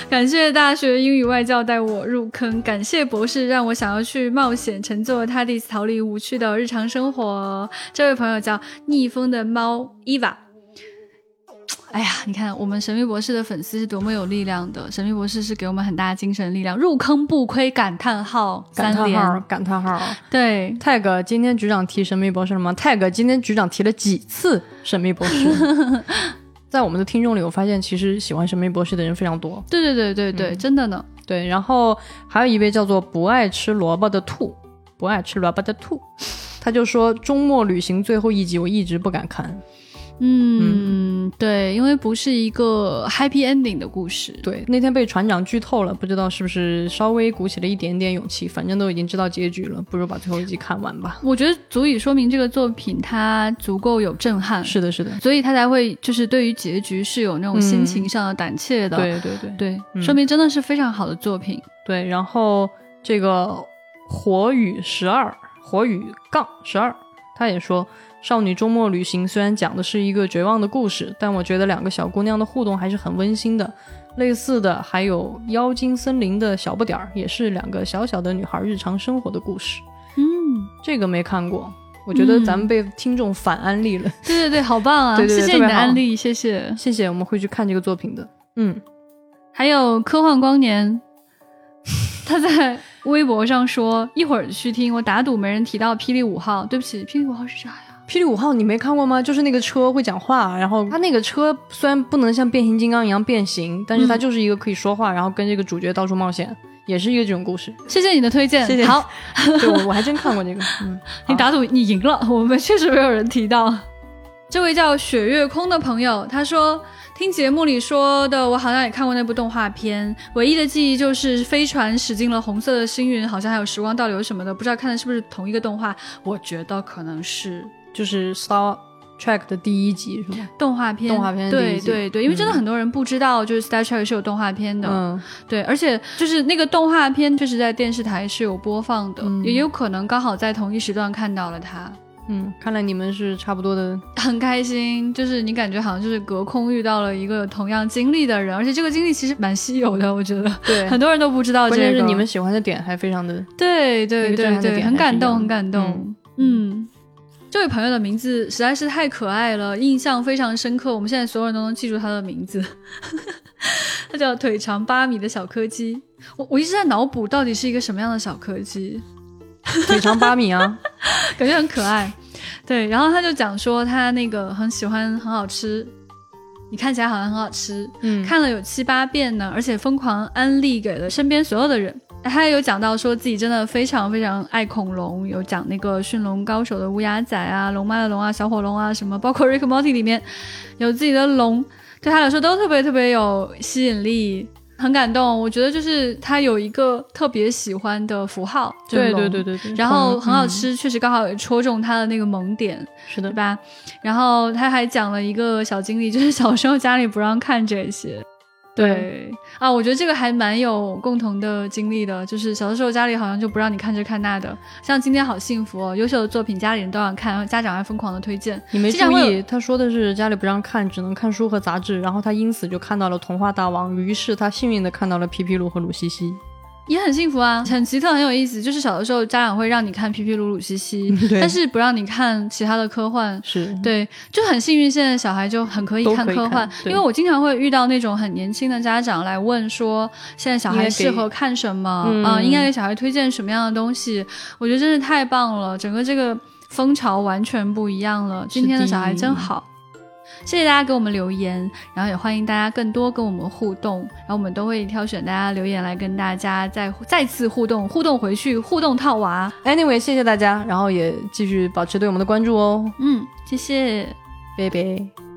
S1: 感谢大学英语外教带我入坑，感谢博士让我想要去冒险，乘坐他地逃离无趣的日常生活。这位朋友叫逆风的猫伊娃。哎呀，你看我们神秘博士的粉丝是多么有力量的！神秘博士是给我们很大的精神力量，入坑不亏，感叹号
S3: 感
S1: <laughs> 三
S3: 叹号
S1: 连，，
S3: 感叹号。
S1: 对，
S3: tag 今天局长提神秘博士了吗？tag 今天局长提了几次神秘博士？
S1: <laughs>
S3: 在我们的听众里，我发现其实喜欢神秘博士的人非常多。
S1: 对对对对
S3: 嗯
S1: 对，真的呢。
S3: 对，然后还有一位叫做不爱吃萝卜的兔，不爱吃萝卜的兔，他就说《周末旅行》最后一集我一直不敢看。
S1: 嗯，对，因为不是一个 happy ending 的故事。
S3: 对，那天被船长剧透了，不知道是不是稍微鼓起了一点点勇气，反正都已经知道结局了，不如把最后一集看完吧。
S1: 我觉得足以说明这个作品它足够有震撼，
S3: 是的，是的，
S1: 所以它才会就是对于结局是有那种心情上的胆怯的。
S3: 对对对
S1: 对
S3: 嗯
S1: 说明真的是非常好的作品。
S3: 对，然后这个火雨十二，火雨杠十二，他也说，《少女周末旅行》虽然讲的是一个绝望的故事，但我觉得两个小姑娘的互动还是很温馨的。类似的还有《妖精森林》的小不点儿，也是两个小小的女孩日常生活的故事。
S1: 嗯，
S3: <laughs> 这个没看过，我觉得咱们被听众反安利了。
S1: 对对对，好棒啊！
S3: 对对对
S1: 谢谢
S3: 特
S1: 你
S3: 别
S1: 的
S3: 好
S1: 安利，谢谢。
S3: 谢谢，我们会去看这个作品的。嗯，
S1: 还有科幻光年， <laughs> 他在微博上说一会儿去听，我打赌没人提到霹雳五号。对不起，霹雳五号是啥呀？
S3: 霹雳五号你没看过吗？就是那个车会讲话，然后它那个车虽然不能像变形金刚一样变形，但是它就是一个可以说话，然后跟这个主角到处冒险，也是一个这种故事。
S1: 谢谢你的推荐。
S3: 谢谢
S1: 好，
S3: <laughs> 对，我我还真看过这个。嗯，
S1: 你打赌你赢了，我们确实没有人提到。这位叫雪月空的朋友，他说听节目里说的，我好像也看过那部动画片，唯一的记忆就是飞船驶进了红色的星云，好像还有时光倒流什么的，不知道看的是不是同一个动画。我觉得可能是
S3: 就是 Star Trek 的第一集是吗？
S1: 动画片，
S3: 动画片第
S1: 对
S3: 一集
S1: 对对，因为真的
S3: 嗯
S1: 很多人不知道，就是 Star Trek 是有动画片的，
S3: 嗯，
S1: 对，而且就是那个动画片确实在电视台是有播放的，
S3: 嗯
S1: 也有可能刚好在同一时段看到了它。
S3: 嗯，看来你们是差不多的。
S1: 很开心，就是你感觉好像就是隔空遇到了一个有同样经历的人，而且这个经历其实蛮稀有的，我觉得
S3: <laughs> 对
S1: 很多人都不知道这
S3: 关
S1: 个。
S3: 键是你们喜欢的点还非常的，
S1: 对对
S3: 一个震
S1: 对
S3: 撼的
S1: 对，很
S3: 点还是
S1: 感
S3: 一样
S1: 动，
S3: 的
S1: 很感动。嗯，这位朋友的名字实在是太可爱了，印象非常深刻，我们现在所有人都能记住他的名字。 <laughs> 他叫腿长八米的小柯基，我我一直在脑补到底是一个什么样的小柯基。
S3: 腿长八米啊，
S1: 感觉很可爱。对，然后他就讲说他那个很喜欢，很好吃。你看起来好像很好吃，
S3: <laughs> 嗯，
S1: 看了有七八遍呢，而且疯狂安利给了身边所有的人。他也有讲到说自己真的非常非常爱恐龙，有讲那个《驯龙高手》的乌鸦仔啊、龙妈的龙啊、小火龙啊什么，包括《Rick and Morty》里面有自己的龙，对他来说都特别特别有吸引力，很感动。我觉得就是他有一个特别喜欢的符号，就是
S3: 对
S1: 龙
S3: 对对对对，
S1: 然后
S3: 嗯
S1: 很好，吃，确实刚好也戳中他的那个萌点，
S3: 是
S1: 对
S3: 的，
S1: 吧？然后他还讲了一个小经历，就是小时候家里不让看这些。
S3: 嗯
S1: 对啊，我觉得这个还蛮有共同的经历的，就是小的时候家里好像就不让你看这看那的，像今天好幸福哦，优秀的作品家里人都想看，然后家长还疯狂的推荐，
S3: 你没
S1: 经常
S3: 注
S1: 会有
S3: 意，他说的是家里不让看，只能看书和杂志，然后他因此就看到了《童话大王》，于是他幸运的看到了皮皮鲁和鲁西西。
S1: 也很幸福啊，很奇特，很有意思。就是小的时候家长会让你看《皮皮鲁鲁西西》
S3: 嗯对
S1: 但是不让你看其他的科幻，
S3: 是，
S1: 对，就很幸运，现在小孩就很可以
S3: 都
S1: 看
S3: 可以
S1: 科
S3: 看
S1: 幻，因
S3: 对
S1: 为我经常会遇到那种很年轻的家长来问说，现在小
S3: 应
S1: 孩
S3: 该
S1: 适
S3: 给
S1: 合看什么啊、
S3: 嗯
S1: 应该给小孩推荐什么样的东西？我觉得真是太棒了，整个这个风潮完全不一样了。今
S3: 是
S1: 天的
S3: 的
S1: 小孩真好。谢谢大家给我们留言，然后也欢迎大家更多跟我们互动，然后我们都会挑选大家留言来跟大家再再次互动，互动回去，互动套娃。
S3: Anyway，谢谢大家，然后也继续保持对我们的关注哦，
S1: 嗯，谢谢。
S3: 拜拜。